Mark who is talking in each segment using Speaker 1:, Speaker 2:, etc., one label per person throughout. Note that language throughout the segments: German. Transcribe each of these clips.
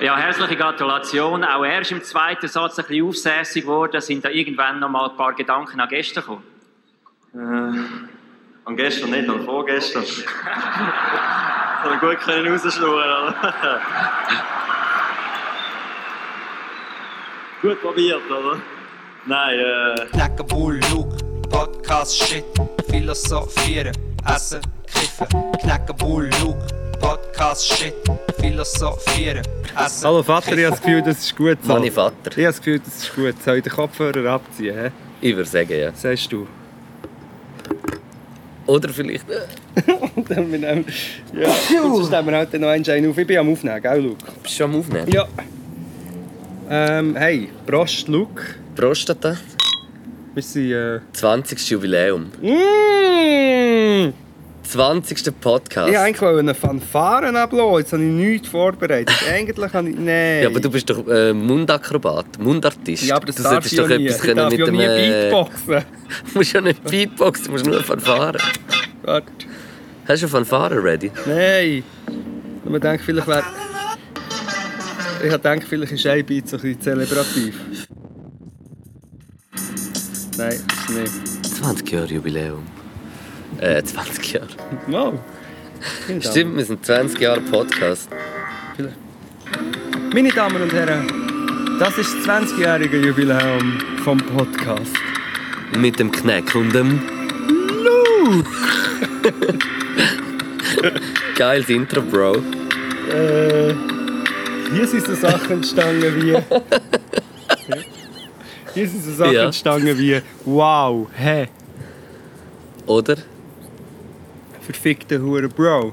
Speaker 1: Ja, herzliche Gratulation. Auch er ist im zweiten Satz ein bisschen aufsässig geworden. Da sind da irgendwann noch mal ein paar Gedanken an gestern gekommen.
Speaker 2: Äh, an gestern nicht, an vorgestern. Hätte gut können rausschnurren oder? gut probiert, oder? Nein, äh...
Speaker 3: Lecker Bull, Luke, Podcast, Shit, Philosophieren, Essen, Kiffen. Knacken Bull, Luke, Podcast, Shit, Philosophieren, Essen,
Speaker 4: Hallo Vater, ich habe das Gefühl, das ist gut. so.
Speaker 5: Manni Vater.
Speaker 4: Ich habe das Gefühl, das ist gut. Soll ich den Kopfhörer abziehen? He?
Speaker 5: Ich würde sagen, ja.
Speaker 4: Sagst du?
Speaker 5: Oder vielleicht. äh,
Speaker 4: Dann wir nehmen, ja, und sonst nehmen wir halt noch einen Schein auf. Ich bin am Aufnehmen, gell, Luke?
Speaker 5: Bist du schon am Aufnehmen?
Speaker 4: Ja. Ähm, hey, Prost, Luke.
Speaker 5: Prostata.
Speaker 4: Wir sind... Äh,
Speaker 5: 20. Jubiläum.
Speaker 4: mm.
Speaker 5: 20. Podcast.
Speaker 4: Ich wollte eigentlich eine Fanfare ablassen, jetzt habe ich nichts vorbereitet. Eigentlich habe ich... Nein.
Speaker 5: ja, aber du bist doch äh, Mundakrobat, Mundartist.
Speaker 4: Ja, aber das
Speaker 5: du
Speaker 4: darf
Speaker 5: solltest
Speaker 4: ich ja
Speaker 5: doch
Speaker 4: nie.
Speaker 5: etwas
Speaker 4: Ich
Speaker 5: können
Speaker 4: darf
Speaker 5: mit
Speaker 4: ja
Speaker 5: dem.
Speaker 4: nie
Speaker 5: äh,
Speaker 4: Beatboxen.
Speaker 5: Du musst ja nicht Beatboxen, du musst nur Fanfaren.
Speaker 4: Warte.
Speaker 5: Hast du eine Fanfare ready?
Speaker 4: Nein! Und man denkt, vielleicht wäre. Ich denke, vielleicht ist ein Beat so ein bisschen zelebrativ. Nein, ist nicht.
Speaker 5: 20 Jahre Jubiläum. Äh, 20 Jahre.
Speaker 4: Wow!
Speaker 5: Stimmt, wir sind 20 Jahre Podcast.
Speaker 4: Meine Damen und Herren, das ist das 20-jährige Jubiläum vom Podcast.
Speaker 5: Mit dem Kneck und dem Luke. Geiles Intro, Bro.
Speaker 4: Äh, hier sind so Sachen entstanden wie. Hier sind so Sachen
Speaker 5: Ja.
Speaker 4: entstanden wie. Wow, hä, hey,
Speaker 5: Oder?
Speaker 4: verfickte Hure Bro.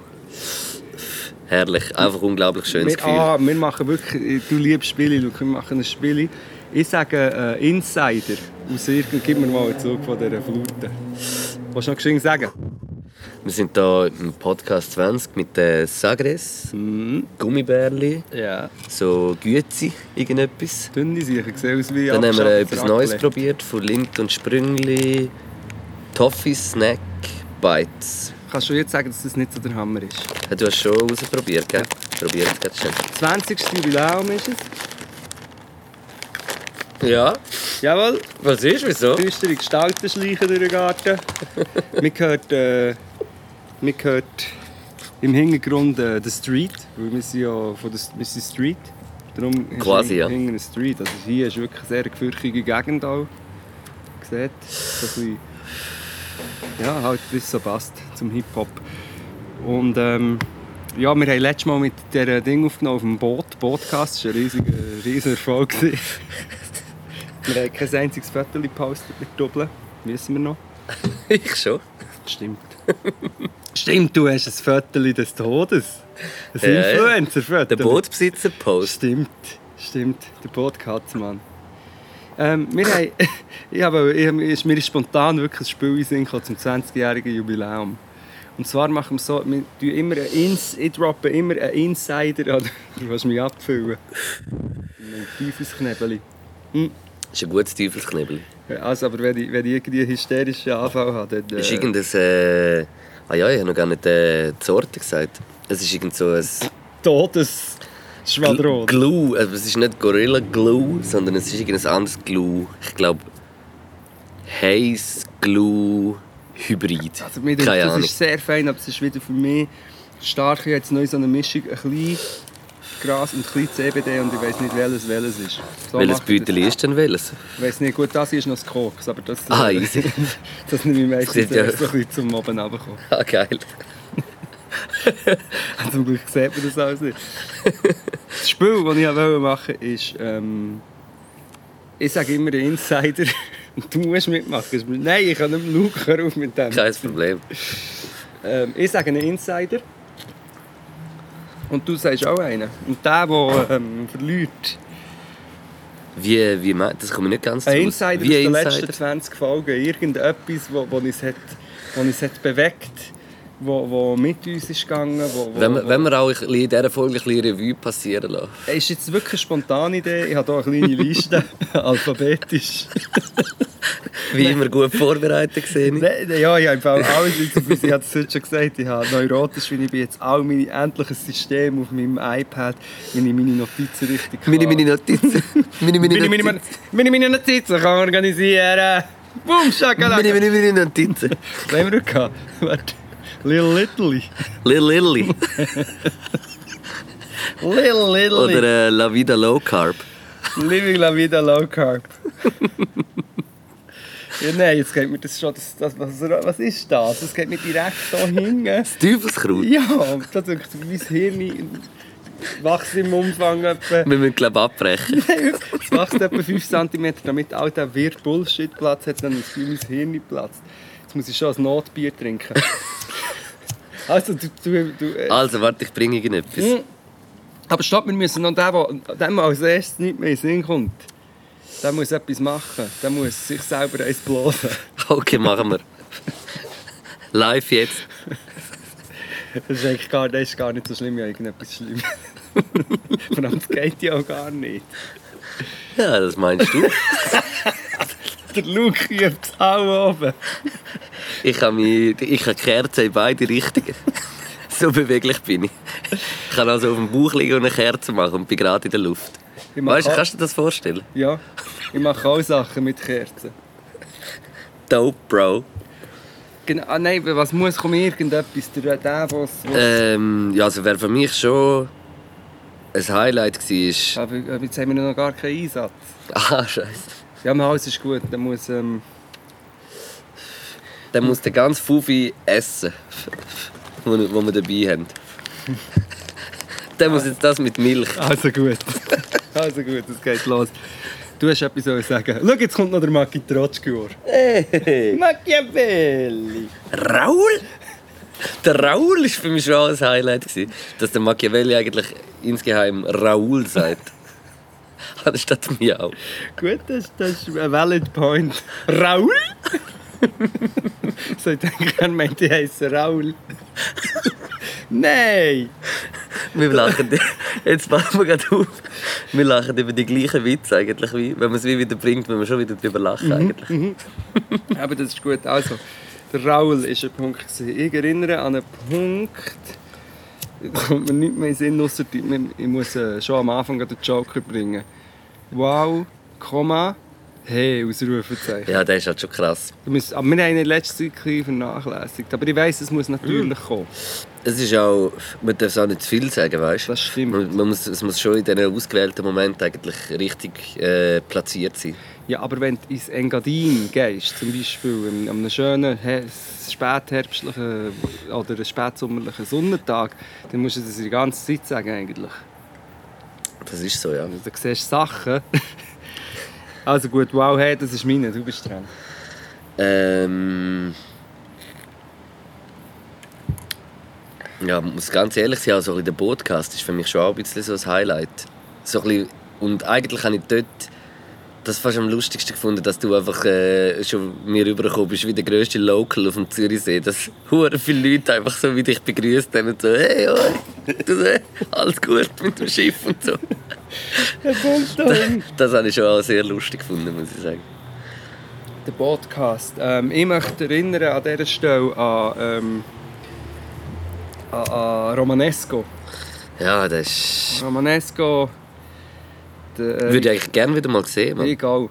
Speaker 5: Herrlich, einfach unglaublich schönes
Speaker 4: Wir,
Speaker 5: Gefühl.
Speaker 4: ah, wir machen wirklich, du liebst Spiele, Luke, wir machen ein Spiel. Ich sage äh, Insider. Aus irgendeinem, gib mir mal einen Zug von dieser Flute. Willst du noch geschwind sagen?
Speaker 5: Wir sind hier im Podcast 20 mit äh, Sagres, Mhm. Gummibärli,
Speaker 4: Ja.
Speaker 5: so Güezi, irgendetwas.
Speaker 4: Dünne Sachen, sehen aus wie
Speaker 5: Dann haben wir äh,
Speaker 4: abgeschafftes
Speaker 5: etwas Neues
Speaker 4: Raclette.
Speaker 5: probiert von Limt und Sprüngli, Toffee, Snack, Bites.
Speaker 4: Kannst du jetzt sagen, dass das nicht so der Hammer ist?
Speaker 5: Ja, Du hast schon rausprobiert, gell? Probier es gerade schön.
Speaker 4: 20. Jubiläum ist es.
Speaker 5: Ja,
Speaker 4: Jawohl,
Speaker 5: was ist, wieso?
Speaker 4: Oh. düstere Gestalten schleichen durch den Garten. man, hört, äh, man hört im Hintergrund äh, den Street, weil wir sind ja von der wir sind Street. Darum ist
Speaker 5: Quasi,
Speaker 4: hin-
Speaker 5: ja.
Speaker 4: hinten eine Street. Also hier ist wirklich eine sehr gefürchtige Gegend auch. Seht, so ein bisschen, ja, halt wie es so passt zum Hip-Hop. Und ähm, ja, wir haben letztes Mal mit dieser Ding aufgenommen auf dem Boot. Podcast das war ein riesiger, äh, riesiger Erfolg. gewesen. wir haben kein einziges Foto gepostet mit Doppeln. Wissen wir noch.
Speaker 5: Ich schon.
Speaker 4: Stimmt. Stimmt, du hast ein Viertel des Todes. Ein
Speaker 5: Ja, ja.
Speaker 4: Influencer-Viertel.
Speaker 5: Der Bootbesitzer-Post.
Speaker 4: Stimmt, stimmt. Der Boot Katzmann. Ähm, wir haben, ich habe, ich, mir ist- mir ist spontan wirklich ein Spiel in den Sinn gekommen zum 20-jährigen Jubiläum. Und zwar machen wir so, wir tun immer einen Ins, ich droppe immer einen Insider an. Du willst mich abfüllen. Mein Teufelsknebeli.
Speaker 5: Das ist ein gutes Teufelsknebel.
Speaker 4: Also, aber wenn ich, wenn ich irgendwie einen hysterischen Anfall habe, dann...
Speaker 5: ist
Speaker 4: äh,
Speaker 5: irgendein. Äh, ah ja, ich habe noch gar nicht äh, die Sorte gesagt. Es ist irgend so ein. Gl-
Speaker 4: Todesschwadron.
Speaker 5: Glue. Also, es ist nicht Gorilla Glue, sondern es ist irgendein anderes Glue. Ich glaube. Haze Glue Hybrid.
Speaker 4: Also mir denkt,
Speaker 5: Keine
Speaker 4: das
Speaker 5: Ahnung.
Speaker 4: ist sehr fein, aber es ist wieder für mich stark. Ich habe jetzt neu so eine Mischung, ein bisschen Gras und ein bisschen CBD und ich weiß nicht, welches welches ist. So
Speaker 5: Welches
Speaker 4: mache ich das.
Speaker 5: Beutel ist denn welches?
Speaker 4: Ich weiß nicht, gut, das hier ist noch das Koks, aber das, äh,
Speaker 5: Ah, easy.
Speaker 4: das nehme ich meistens
Speaker 5: sieht ja-
Speaker 4: erst so ein bisschen zum Oben runterkommen.
Speaker 5: Ah, geil.
Speaker 4: Zum Glück sieht man das alles nicht. Das Spiel, das ich machen wollte, ist... Ähm, ich sage immer den Insider und du musst mitmachen. Nein, ich kann nicht mehr Luke, hör auf mit dem.
Speaker 5: Kein Problem.
Speaker 4: Ähm, ich sage einen Insider. Und du sagst auch einen. Und der, der ähm, verliert.
Speaker 5: Wie, wie meint das? komme ich nicht ganz
Speaker 4: Ein
Speaker 5: draus.
Speaker 4: Insider aus
Speaker 5: Wie
Speaker 4: den
Speaker 5: ein
Speaker 4: letzten
Speaker 5: Insider.
Speaker 4: 20 Folgen. Irgendetwas, wo, wo uns hat, wo uns hat bewegt, wo, wo mit uns ist gegangen. Wo, wo,
Speaker 5: Wenn, wir-
Speaker 4: wo-
Speaker 5: wenn wir auch ein bisschen in dieser Folge ein bisschen Revue passieren lassen.
Speaker 4: Es ist jetzt wirklich eine spontane Idee. Ich habe hier eine kleine Liste, alphabetisch.
Speaker 5: Wie immer gut vorbereitet gesehen.
Speaker 4: Nee, nee, ja, ich habe im Fall alles, ich ich habe es heute schon gesagt, ich habe neurotisch, weil ich bin jetzt auch mein endliches System auf meinem iPad, wenn ich meine Notizen richtig
Speaker 5: Mini,
Speaker 4: habe.
Speaker 5: mini Notizen. Mini, mini
Speaker 4: Mini, mini,
Speaker 5: Notizen.
Speaker 4: mini, mini Notizen kann man organisieren. Boom, Schakalaka.
Speaker 5: Mini, mini, mini Notizen.
Speaker 4: Wen haben wir noch gehabt? Warte. Little Italy.
Speaker 5: Lil Lilly.
Speaker 4: Little Italy.
Speaker 5: Oder äh, La Vida Low Carb.
Speaker 4: Living la vida low carb. ja, nein, jetzt geht mir das schon. Das, das, was, was ist das? Das geht mir direkt da hinten.
Speaker 5: Teufelskraut.
Speaker 4: Ja, da denkt mein Hirn wächst im Umfang etwa.
Speaker 5: Wir müssen, glaube ich, abbrechen.
Speaker 4: Es wächst etwa 5 cm, damit all der Wirr Bullshit Platz hat, dann ist mein Hirn Platz. Jetzt muss ich schon ein Notbier trinken. Also, du. du, du äh,
Speaker 5: Also, warte, ich bringe irgendetwas.
Speaker 4: Mm. Aber stopp, wir müssen noch den, der dem als erstes nicht mehr in den Sinn kommt. Der muss etwas machen. Der muss sich selber eins blasen.
Speaker 5: Okay, machen wir. Live jetzt.
Speaker 4: Das ist eigentlich gar, das ist gar nicht so schlimm, ja, irgendetwas schlimm. Vor allem, das geht ja auch gar nicht.
Speaker 5: Ja, das meinst du.
Speaker 4: Der Luke übt es auch oben.
Speaker 5: Ich habe mich, ich habe Kerzen in beide Richtungen. So beweglich bin ich. Ich kann also auf dem Bauch liegen und eine Kerze machen und bin gerade in der Luft.
Speaker 4: Ich mache
Speaker 5: Weißt du,
Speaker 4: auch-
Speaker 5: kannst du dir das vorstellen?
Speaker 4: Ja, ich mache auch Sachen mit Kerzen.
Speaker 5: Dope, Bro.
Speaker 4: Genau, ah, nein, was muss kommen? Irgendetwas, der, der, was...
Speaker 5: Ähm, ja, also wäre für mich schon ein Highlight gewesen.
Speaker 4: Aber aber jetzt haben wir noch gar keinen Einsatz.
Speaker 5: Ah, scheiße.
Speaker 4: Ja, mein Haus ist gut, dann muss... Ähm,
Speaker 5: Dann muss der ganze Fufi essen, wo wo wir dabei haben. Dann muss jetzt das mit Milch.
Speaker 4: Also gut. Also gut, es geht los. Du hast etwas zu sagen. Schau, jetzt kommt noch der Maki Trotschgur.
Speaker 5: Hey.
Speaker 4: Machiavelli!
Speaker 5: Raul? Der Raul war für mich schon auch ein Highlight. Gewesen, dass der Machiavelli eigentlich insgeheim Raul sagt. Anstatt Miau.
Speaker 4: Gut, das, das ist ein valid point. Raul? so, ich denke, er meint, ich heiße Raul. Nein!
Speaker 5: Wir lachen. Jetzt machen wir gerade auf. Wir lachen über die gleichen Witze eigentlich. Wie, wenn man es wie wieder bringt, wenn wir schon wieder drüber lachen. Eigentlich.
Speaker 4: Aber das ist gut. Also, der Raul war ein Punkt. gewesen. Ich erinnere an einen Punkt, da kommt mir nicht mehr in den Sinn, ausser die- man- ich muss äh, schon am Anfang den Joker bringen. Wow, Komma, hey, Ausrufezeichen.
Speaker 5: Ja, der ist halt schon krass.
Speaker 4: Du musst- Aber wir haben ihn in letzter Zeit ein bisschen vernachlässigt. Aber ich weiss, es muss natürlich kommen.
Speaker 5: Es ist auch, man darf es auch nicht zu viel sagen, weißt du?
Speaker 4: Das stimmt.
Speaker 5: Man, man muss, es muss schon in diesen ausgewählten Momenten eigentlich richtig äh, platziert sein.
Speaker 4: Ja, aber wenn du ins Engadin gehst, zum Beispiel an einem schönen he- spätherbstlichen oder einem spätsommerlichen Sonnentag, dann musst du das die ganze Zeit sagen eigentlich.
Speaker 5: Das ist so, ja.
Speaker 4: Also, da siehst du Sachen. Also gut, wow, hey, das ist meine, du bist dran.
Speaker 5: Ähm. Ja, man muss ganz ehrlich sein, also der Podcast ist für mich schon auch ein bisschen so ein Highlight. So ein bisschen, und eigentlich habe ich dort das fast am lustigsten gefunden, dass du einfach äh, schon mir rübergekommen bist wie der grösste Local auf dem Zürichsee. Dass hure viele Leute einfach so wie dich begrüßt haben und so, hey, hoi, du, äh, alles gut mit dem Schiff und so. Das, das habe ich schon auch sehr lustig gefunden, muss ich sagen.
Speaker 4: Der Podcast. Ähm, ich möchte erinnern an dieser Stelle an, ähm, an, an Romanesco.
Speaker 5: Ja, das ist,
Speaker 4: Romanesco. Der, äh,
Speaker 5: würde ich eigentlich gerne wieder mal sehen. Mann.
Speaker 4: Egal.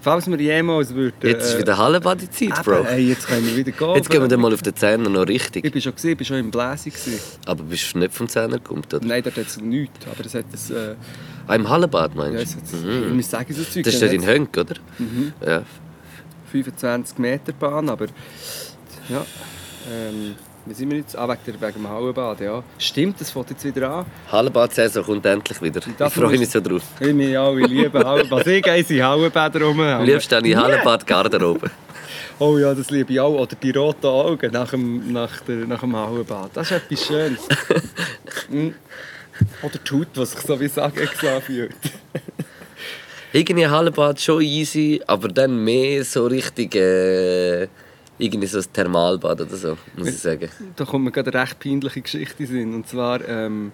Speaker 4: Falls wir jemals würden.
Speaker 5: Jetzt ist wieder Hallenbadi-Zeit,
Speaker 4: Bro.
Speaker 5: Bro.
Speaker 4: Hey, jetzt können wir wieder gehen.
Speaker 5: Jetzt gehen wir dann
Speaker 4: mal.
Speaker 5: mal auf den Zehner noch
Speaker 4: äh, Ich
Speaker 5: richtig.
Speaker 4: war schon, gewesen, ich war schon im Bläsi. gewesen.
Speaker 5: Aber bist du nicht vom Zehner gekommen, oder?
Speaker 4: Nein, dort hat es nichts. Aber es hat das. Äh,
Speaker 5: Ah, im Hallenbad
Speaker 4: ja,
Speaker 5: meinst
Speaker 4: es
Speaker 5: du?
Speaker 4: hat, Ich muss sagen, so Zeug.
Speaker 5: Mhm. Das ist
Speaker 4: dann
Speaker 5: dort in
Speaker 4: hat's-
Speaker 5: Hönk, oder?
Speaker 4: Mhm.
Speaker 5: Ja.
Speaker 4: 25 Meter Bahn, aber ja, ähm, wie sind wir jetzt? Ah, wegen, der, wegen dem Hallenbad, ja. Stimmt, das fängt jetzt wieder an.
Speaker 5: Hallenbad-Saison kommt endlich wieder. Ich
Speaker 4: Das
Speaker 5: freue mich
Speaker 4: muss-
Speaker 5: so drauf.
Speaker 4: Ich meine, ja, ich liebe Hallenbad. Ich gehe in Hallenbäder rum.
Speaker 5: Am liebsten habe ich Hallenbad-Garderobe.
Speaker 4: Oh ja, das liebe ich auch. Oder die roten Augen nach dem, nach der, nach dem Hallenbad. Das ist etwas Schönes. Mm. Oder die Haut, was ich so wie sage, anfühlt.
Speaker 5: Irgendwie Hallenbad schon easy, aber dann mehr so richtig... Äh, irgendwie so ein Thermalbad oder so, muss ich sagen.
Speaker 4: Da kommt mir gerade eine recht peinliche Geschichte in den Sinn. Und zwar, ähm,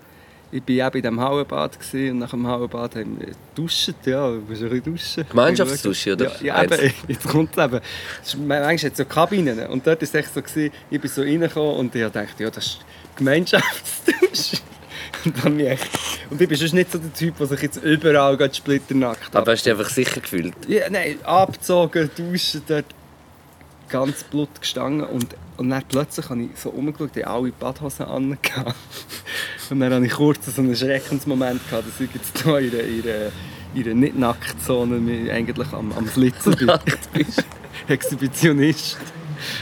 Speaker 4: Ich war eben in diesem Hallenbad gewesen und nach dem Hallenbad haben wir geduscht. Ja, du musst ein bisschen duschen.
Speaker 5: Gemeinschaftsdusche, oder?
Speaker 4: Ja, ja eben,
Speaker 5: Eins.
Speaker 4: jetzt kommt es eben. Es ist- Manchmal hat es so Kabinen und dort war es echt so, gewesen, ich bin so reingekommen und ich dachte, ja, das ist Gemeinschaftsdusche. Und, dann bin ich echt, und ich bin sonst nicht so der Typ, der sich jetzt überall gerade splitternackt
Speaker 5: Aber hast du dich einfach sicher gefühlt?
Speaker 4: ja, nein, abgezogen, duschen, dort ganz blut gestanden. Und, und dann plötzlich habe ich so umgeschaut, die alle Badhosen an. gehabt. Und dann hatte ich kurz so einen Schreckensmoment, gehabt, dass ich jetzt hier in einer- in einer- in einer nicht nackten Zone mich eigentlich am, am Flitzen bin. Exhibitionist.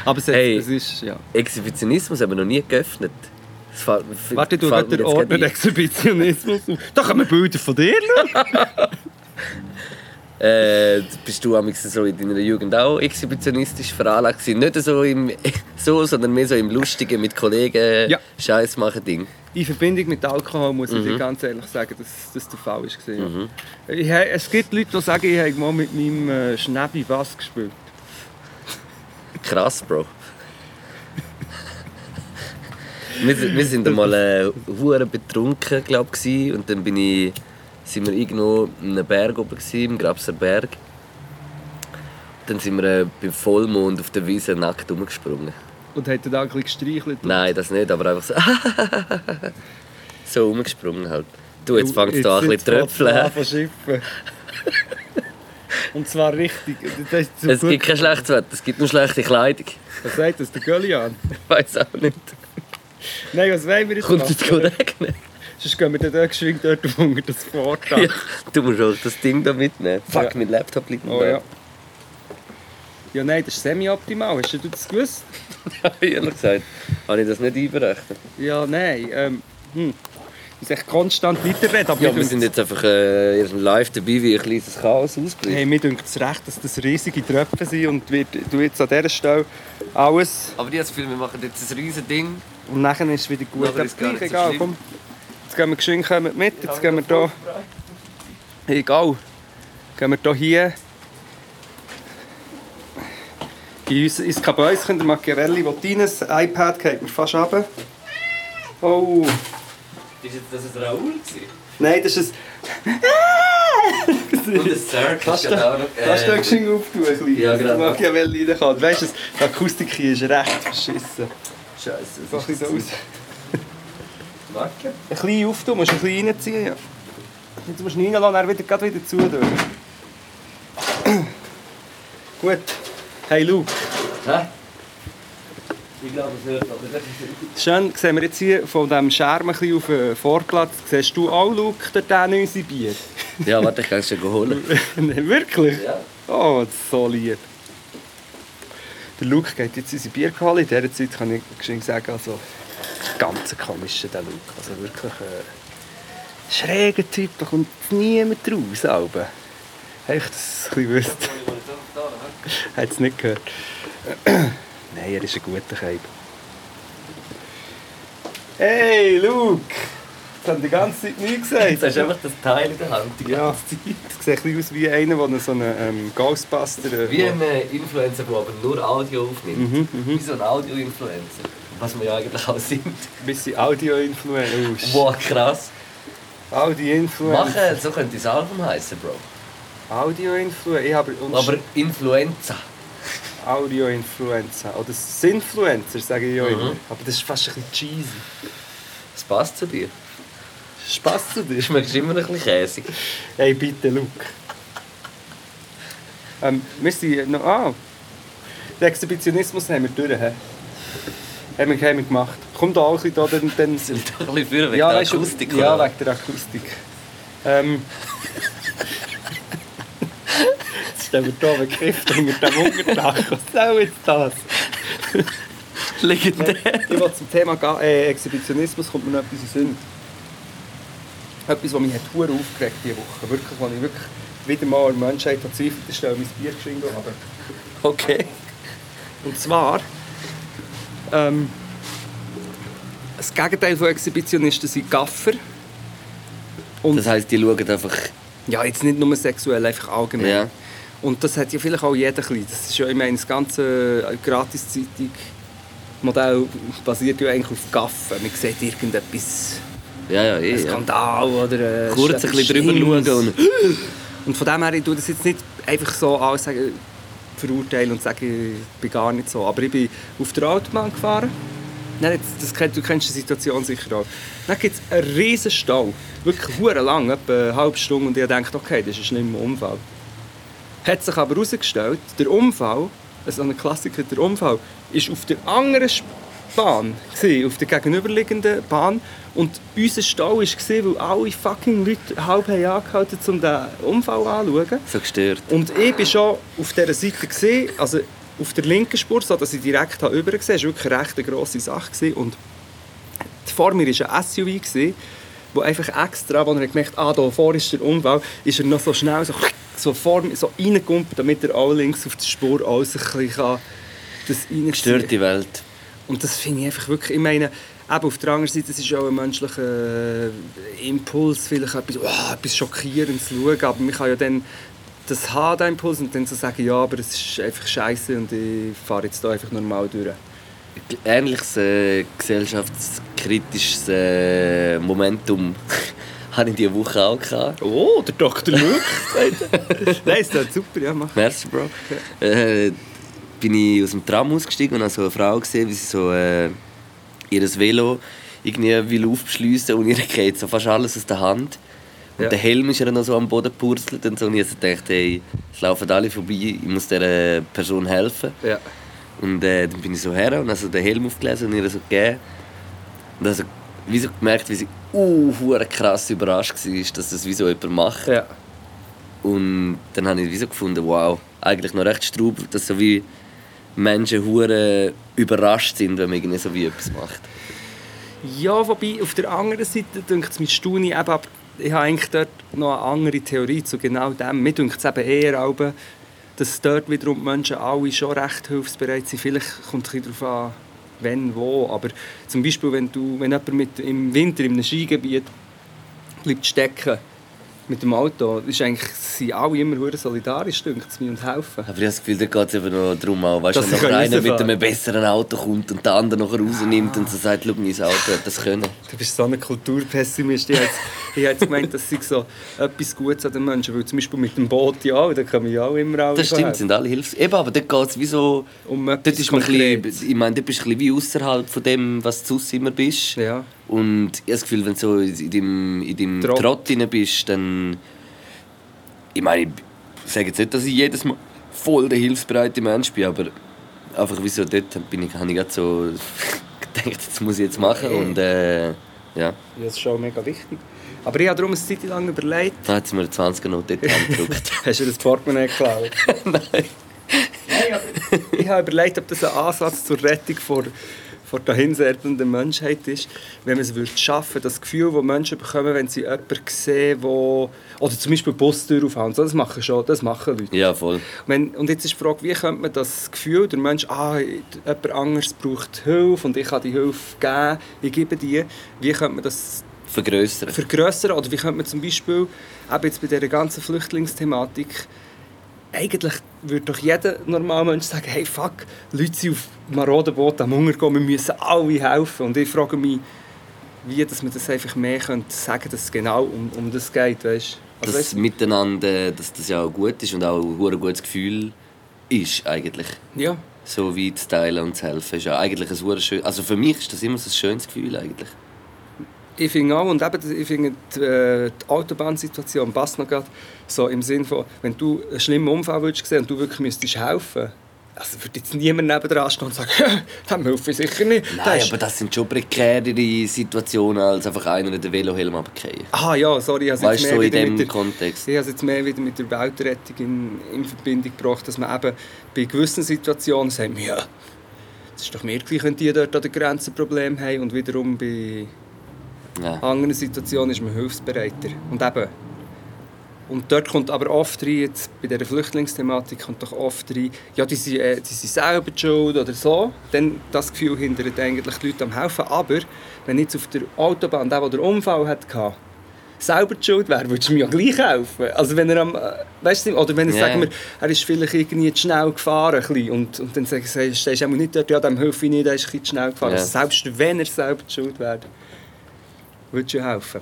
Speaker 4: Aber es, hat-
Speaker 5: Hey.
Speaker 4: es ist, ja.
Speaker 5: Exhibitionismus haben wir noch nie geöffnet. Das fa- f-
Speaker 4: Warte, du
Speaker 5: fällt
Speaker 4: hast
Speaker 5: mir
Speaker 4: den
Speaker 5: jetzt gerade
Speaker 4: Ordner
Speaker 5: ein.
Speaker 4: Exhibitionismus auf. Da kommen Bilder von dir, schau.
Speaker 5: Äh, bist du am so in deiner Jugend auch exhibitionistisch veranlagt gewesen? Nicht so im so, sondern mehr so im lustigen mit Kollegen
Speaker 4: Ja.
Speaker 5: Scheiß machen Ding.
Speaker 4: In Verbindung mit Alkohol muss ich
Speaker 5: Mhm.
Speaker 4: dir ganz ehrlich sagen, dass das der Fall war. Mhm. Ich, he- es gibt Leute, die sagen, ich habe mal mit meinem äh, Schnäbi Bass gespielt.
Speaker 5: Krass, Bro. wir, sind- wir sind einmal äh, hure betrunken, glaube ich, und dann bin ich, sind wir irgendwo in einem Berg oben gsi, im Grabser Berg. Dann sind wir äh, beim Vollmond auf der Wiese nackt rumgesprungen.
Speaker 4: Und hat dann auch ein bisschen gestreichelt.
Speaker 5: Nein, das nicht, aber einfach so. so rumgesprungen halt. Du, jetzt fängst du an, ein bisschen zu
Speaker 4: fängt's
Speaker 5: tröpfeln.
Speaker 4: an zu schiffen. Und zwar richtig. Das ist so
Speaker 5: Es
Speaker 4: gut.
Speaker 5: gibt kein schlechtes Wetter, es gibt nur schlechte Kleidung.
Speaker 4: Was sagt das, der Göllian?
Speaker 5: Ich weiß auch nicht.
Speaker 4: Nein, was wollen wir jetzt
Speaker 5: Kommt jetzt
Speaker 4: machen?
Speaker 5: gut regnen?
Speaker 4: Sonst gehen wir dann dort geschwind dort auf unter das Vordach.
Speaker 5: Ja, du musst auch das Ding da mitnehmen. Fuck,
Speaker 4: Ja.
Speaker 5: mein Laptop liegt
Speaker 4: Oh ja. Ja, nein, das ist semi-optimal. Hast du das gewusst?
Speaker 5: Ehrlich gesagt, habe ich das nicht einberechnet.
Speaker 4: Ja, nein. Ähm, hm. Ich muss echt konstant weiterreden. Aber
Speaker 5: Ja,
Speaker 4: mir
Speaker 5: wir
Speaker 4: dünkt-
Speaker 5: sind jetzt einfach äh, erst live dabei, wie ein kleines Chaos ausbricht.
Speaker 4: Hey, mir dünkt es recht, dass das riesige Tröpfe sind und wir, du jetzt an dieser Stelle alles
Speaker 5: Aber die haben das Gefühl, wir machen jetzt ein riesen Ding.
Speaker 4: und nachher ist es wieder gut.
Speaker 5: Ja, aber ist gar nicht so
Speaker 4: egal,
Speaker 5: schlimm.
Speaker 4: komm. Jetzt gehen wir geschwind kommen mit, jetzt gehen wir hier... Egal. Gehen wir da hier... In uns, ins Kabäuschen, der Machiavelli will rein, das iPad geht mir fast runter. Oh,
Speaker 5: Ist jetzt das ein Raoul?
Speaker 4: nein, das ist ein...
Speaker 5: Und ein Circus.
Speaker 4: Kannst du kannst du
Speaker 5: Äh,
Speaker 4: den geschwind auftun? ein bisschen,
Speaker 5: Ähm, ja,
Speaker 4: dass der
Speaker 5: gerade.
Speaker 4: Machiavelli reinkommt. Weißt du, die Akustik hier ist recht beschissen.
Speaker 5: Scheiße,
Speaker 4: So ein bisschen so aus.
Speaker 5: Wacke.
Speaker 4: Ein bisschen auf, du musst ein bisschen reinziehen. Ja. Jetzt musst du ihn reinlassen, dann wieder, gerade wieder zu. tun. Gut. Hey Luke,
Speaker 5: Ich glaube, es hört aber das ist
Speaker 4: schön sehen wir jetzt hier von diesem Schärm ein bisschen auf den Vorplatz. Siehst du auch, Luke, dort hinten unser Bier?
Speaker 5: Ja, warte, ich kann es schon holen.
Speaker 4: Nein, Wirklich?
Speaker 5: Ja.
Speaker 4: Oh, das ist so lieb. Der Luke geht jetzt unsere Bier holen. In dieser Zeit kann ich geschwind sagen, also ganz ein komischer der Luke. Also wirklich äh, schräger Typ, da kommt niemand raus. Aber habe ich das ein bisschen gewusst. Hat es nicht gehört. Nein, er ist ein guter Keib. Hey, Luke! Jetzt haben die ganze Zeit nichts gesagt.
Speaker 5: Jetzt hast du einfach das Teil in der Hand. die
Speaker 4: Ja,
Speaker 5: ganze Zeit.
Speaker 4: das sieht ein bisschen aus wie einer, der so einen ähm, Ghostbuster... äh,
Speaker 5: Wie ein äh, Influencer, der aber nur Audio aufnimmt.
Speaker 4: Mhm,
Speaker 5: Wie so ein Audio-Influencer. Was wir ja eigentlich auch sind.
Speaker 4: ein bisschen Audio-Influencer.
Speaker 5: Wow, krass.
Speaker 4: Audio-Influencer.
Speaker 5: Machen, so könnte das Album heißen, Bro.
Speaker 4: Audio-Influencer. Ich habe uns
Speaker 5: Aber Influenza.
Speaker 4: Audio-Influencer. Oder Sinfluencer, sage ich ja immer.
Speaker 5: Mhm.
Speaker 4: Aber das ist fast ein bisschen cheesy.
Speaker 5: Das passt zu dir.
Speaker 4: Spass zu dir.
Speaker 5: Du schmeckst immer ein bisschen käsig.
Speaker 4: Hey, bitte, Luke. Ähm, wir sind noch... Ah! Den Exhibitionismus haben wir durch, hä? Haben wir, haben wir gemacht. Komm da auch ein bisschen da, dann... dann
Speaker 5: Soll ich da ein bisschen führen wegen
Speaker 4: ja,
Speaker 5: der
Speaker 4: weißt du,
Speaker 5: Akustik?
Speaker 4: Ja,
Speaker 5: oder?
Speaker 4: wegen der Akustik. Ähm. jetzt stehen wir hier einen Griff hinter dem Unterdach. Was soll jetzt das?
Speaker 5: Legendär.
Speaker 4: Ich will zum Thema Ga- äh, Exhibitionismus kommt mir noch etwas in den Sinn. Etwas, was mich hat hure aufgeregt diese Woche. Wirklich, weil ich wirklich wieder mal an der Menschheit verzweifelt ist, stelle mein Bier geschwind aber
Speaker 5: Okay.
Speaker 4: und zwar ähm, das Gegenteil von Exhibitionisten sind Gaffer. Und
Speaker 5: Das heisst, die schauen einfach.
Speaker 4: Ja, jetzt nicht nur sexuell, einfach allgemein.
Speaker 5: Ja.
Speaker 4: Und das hat ja vielleicht auch jeder ein bisschen. Das ist ja, ich meine, das ganze äh, Gratiszeitung-Modell basiert ja eigentlich auf Gaffen. Man sieht irgendetwas
Speaker 5: Ja, ja, eh.
Speaker 4: Ein
Speaker 5: Ja.
Speaker 4: Skandal oder äh,
Speaker 5: Kurz ein bisschen drüber
Speaker 4: Schlimmes.
Speaker 5: schauen. Und,
Speaker 4: Und von dem her, ich tue das jetzt nicht einfach so alles sagen, verurteilen und sagen, ich bin gar nicht so. Aber ich bin auf der Autobahn gefahren. Dann hat's- das, kenn- du kennst die Situation sicher auch. Dann gibt es einen riesen Stau. Wirklich hure lang, etwa eine halbe Stunde. Und ich dachte, okay, das ist ein schlimmer Unfall. Hat sich aber herausgestellt, der Unfall, also ein Klassiker, der Unfall, ist auf der anderen Sp- Bahn, gewesen, auf der gegenüberliegenden Bahn. Und unser Stau war, weil alle fucking Leute halb haben angehalten haben, um den Unfall anzuschauen.
Speaker 5: so gestört.
Speaker 4: Und ich war schon auf dieser Seite, gewesen, also auf der linken Spur, so dass ich direkt über gesehen habe. Das war wirklich eine recht grosse Sache. gewesen. Und vor mir war ein SUV, gewesen, wo einfach extra, als er gemerkt hat, ah, da vorne ist der Unfall, ist er noch so schnell so, so, vor mir, so reingekumpelt, damit er auch links auf der Spur alles ein bisschen kann, das reinziehen
Speaker 5: Gestört die Welt.
Speaker 4: und das finde ich einfach wirklich, ich meine, eben auf der anderen Seite, das ist auch ein menschlicher äh, Impuls, vielleicht etwas, oh, etwas schockierendes zu schauen, aber man kann ja dann das haben, den Impuls, und dann so sagen, ja, aber es ist einfach scheiße und ich fahre jetzt da einfach normal durch.
Speaker 5: Ähnliches äh, gesellschaftskritisches äh, Momentum hatte ich diese Woche auch. Gehabt.
Speaker 4: Oh, der Dr. Luke Nein, ist das super, ja, mach.
Speaker 5: Merci, Bro. Äh, bin ich aus dem Tram ausgestiegen und habe so eine Frau gesehen, wie sie so äh, ihr Velo irgendwie will aufbeschliessen und ihr geht so fast alles aus der Hand. Und
Speaker 4: Ja.
Speaker 5: der Helm ist ihr noch so am Boden gepurzelt und so. Und ich dachte, hey, es laufen alle vorbei, ich muss dieser Person helfen.
Speaker 4: Ja.
Speaker 5: Und äh, dann bin ich so her und habe so den Helm aufgelesen und ihr so gegeben. Und habe so, wie so gemerkt, wie sie uh, verdammt krass überrascht war, dass das wie so jemand macht.
Speaker 4: Ja.
Speaker 5: Und dann habe ich wie so gefunden, wow, eigentlich noch recht straub, dass so wie Menschen hure überrascht sind, wenn man irgendwie so wie etwas macht.
Speaker 4: Ja, wobei auf der anderen Seite denkt es mich staune ich eben, aber ich habe eigentlich dort noch eine andere Theorie zu genau dem. Mir denkt es eben eher, aber, dass dort wiederum die Menschen alle schon recht hilfsbereit sind. Vielleicht kommt es ein bisschen darauf an, wenn, wo. Aber zum Beispiel, wenn, du, wenn jemand mit, im Winter in einem Skigebiet bleibt stecken mit dem Auto, ist eigentlich, sind alle immer hure solidarisch, denkt es mir, und helfen.
Speaker 5: Aber ich habe das Gefühl, da geht es eben noch darum, auch, weißt,
Speaker 4: Dass
Speaker 5: wenn
Speaker 4: sie
Speaker 5: noch
Speaker 4: können
Speaker 5: einer mit
Speaker 4: rausfahren.
Speaker 5: einem besseren Auto kommt und der andere nachher rausnimmt und so sagt, schau, mein Auto hat das können.
Speaker 4: Du bist so ein Kulturpessimist. Ich hätte, ich hätte gemeint, das sei so etwas Gutes an den Menschen. Weil zum Beispiel mit dem Boot ja auch, da kommen ja auch immer alle
Speaker 5: Das stimmt,
Speaker 4: helfen.
Speaker 5: sind alle Hilfs... Eben, aber dort geht es wie so...
Speaker 4: Um
Speaker 5: Dort
Speaker 4: etwas
Speaker 5: ist man ein
Speaker 4: Konkretes.
Speaker 5: bisschen, ich meine, dort bist du ein bisschen wie außerhalb von dem, was du sonst immer bist.
Speaker 4: Ja.
Speaker 5: Und ich habe das Gefühl, wenn du so in deinem, in deinem
Speaker 4: Trott.
Speaker 5: Trott. drin bist, dann... Ich meine, ich sage jetzt nicht, dass ich jedes Mal voll der hilfsbereite Mensch bin, aber einfach wieso dort bin ich, habe ich gerade so gedacht, das muss ich jetzt machen und äh, ja.
Speaker 4: Ja, das ist auch mega wichtig. Aber ich habe darum eine Zeit lang überlegt,
Speaker 5: Dann hat es mir eine 20er Note dort angedrückt.
Speaker 4: hast du dir das Portemonnaie geklaut? Nein. Nein, aber ich habe überlegt, ob das ein Ansatz zur Rettung vor, vor dahinserbenden Menschheit ist, wenn man es würde schaffen würde, das Gefühl, das Menschen bekommen, wenn sie jemanden sehen, wo oder zum Beispiel Bustür aufhauen. So, Das machen schon, das machen Leute.
Speaker 5: ja, voll.
Speaker 4: Wenn, und jetzt ist die Frage, wie könnte man das Gefühl, der Mensch, ah, jemand anderes braucht Hilfe und ich kann die Hilfe geben, ich gebe die, wie könnte man das
Speaker 5: Vergrößern.
Speaker 4: vergrößern oder wie könnte man zum Beispiel, eben jetzt bei dieser ganzen Flüchtlingsthematik, eigentlich würde doch jeder normale Mensch sagen, hey fuck, Leute sind auf maroden Booten am Hunger gehen, wir müssen alle helfen. Und ich frage mich, wie dass man das einfach mehr könnte sagen, dass es genau um, um das geht, Also weißt
Speaker 5: dass das Miteinander, dass das ja auch gut ist und auch ein hure gutes Gefühl ist eigentlich.
Speaker 4: ja.
Speaker 5: So wie zu teilen und zu helfen ist ja eigentlich ein hure schön. Also für mich ist das immer so ein schönes Gefühl eigentlich.
Speaker 4: Ich finde auch, und eben, ich finde, die, äh, die Autobahnsituation passt noch gerade so im Sinn von, wenn du einen schlimmen Unfall würdest sehen und du wirklich müsstest helfen, also würde jetzt niemand nebendran stehen und sagen, dem helfe ich sicher nicht. Der
Speaker 5: Nein,
Speaker 4: ist-
Speaker 5: aber das sind schon prekärere Situationen, als einfach einer den Velohelm runterzukehren.
Speaker 4: Ah ja, sorry, ich habe es
Speaker 5: Weißt
Speaker 4: jetzt
Speaker 5: du,
Speaker 4: mehr
Speaker 5: so in
Speaker 4: wieder
Speaker 5: dem
Speaker 4: mit der
Speaker 5: Kontext.
Speaker 4: Ich habe es jetzt mehr wieder mit der Weltrettung in, in Verbindung gebracht, dass man eben bei gewissen Situationen sagt, ja, das ist doch mir gleich, wenn die dort an der Grenze Probleme haben und wiederum bei
Speaker 5: Ja.
Speaker 4: anderen Situationen ist man hilfsbereiter. Und eben. Und dort kommt aber oft rein, jetzt bei dieser Flüchtlingsthematik kommt doch oft rein, ja, die sind, äh, die sind selber die schuld oder so. Dann das Gefühl hindert eigentlich die Leute am Helfen. Aber wenn jetzt auf der Autobahn der, der den Unfall hatte, selber die schuld wäre, würdest du mir ja gleich helfen. Also wenn er am, äh, weißt du, oder wenn er,
Speaker 5: Ja.
Speaker 4: sagen wir, er ist vielleicht irgendwie zu schnell gefahren ein bisschen, und, und dann sagen sie, stehst du einmal Also nicht dort, ja, dem helfe ich nicht, der ist ein bisschen zu schnell gefahren.
Speaker 5: Ja.
Speaker 4: Also selbst wenn er selber die schuld wäre. Willst du helfen?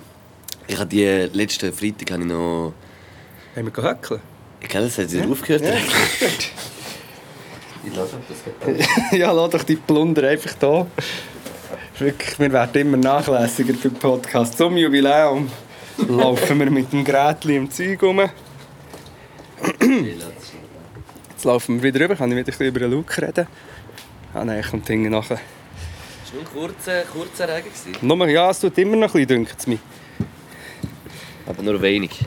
Speaker 5: Ich habe die letzten Freitag habe ich noch.
Speaker 4: Haben wir gehöckelt?
Speaker 5: Ich glaube, das hat wieder aufgehört. Ich lasse das.
Speaker 4: ja, lass doch die Plunder einfach da. Wirklich, wir werden immer nachlässiger beim Podcast. Zum Jubiläum laufen wir mit dem Grätli im Zeug rum. Jetzt laufen wir wieder rüber, kann ich wieder ein bisschen über den Luke reden. Ah nein, kommt hinten nachher.
Speaker 5: Das war nur ein kurzer, kurzer Regen. gewesen.
Speaker 4: Nur, ja, es tut immer noch ein bisschen, dünkt es mich.
Speaker 5: Aber nur wenig.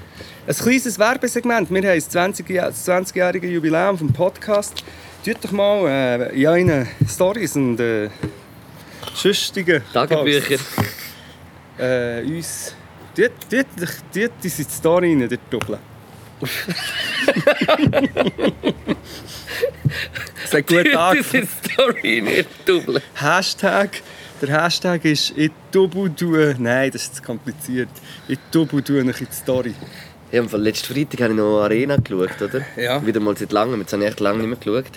Speaker 4: Ein kleines Werbesegment. Wir haben das 20 Jahr- das 20-jährige Jubiläum vom Podcast. Tut doch mal äh, in euren Stories und äh, sonstigen
Speaker 5: Tagebücher.
Speaker 4: Posts, Äh, uns. Tut, tut, tut unsere Story rein, der Doppel. Sag guten Tag.
Speaker 5: Das ist die Story nicht doppelt.
Speaker 4: Hashtag. Der Hashtag ist «Ich doppel tue». Nein, das ist zu kompliziert. «Ich doppel tue» in die Story.
Speaker 5: Ja, am Fall, letzten Freitag habe ich noch Arena geschaut, oder?
Speaker 4: Ja.
Speaker 5: Wieder mal seit langem. Jetzt habe ich echt lange nicht mehr geschaut.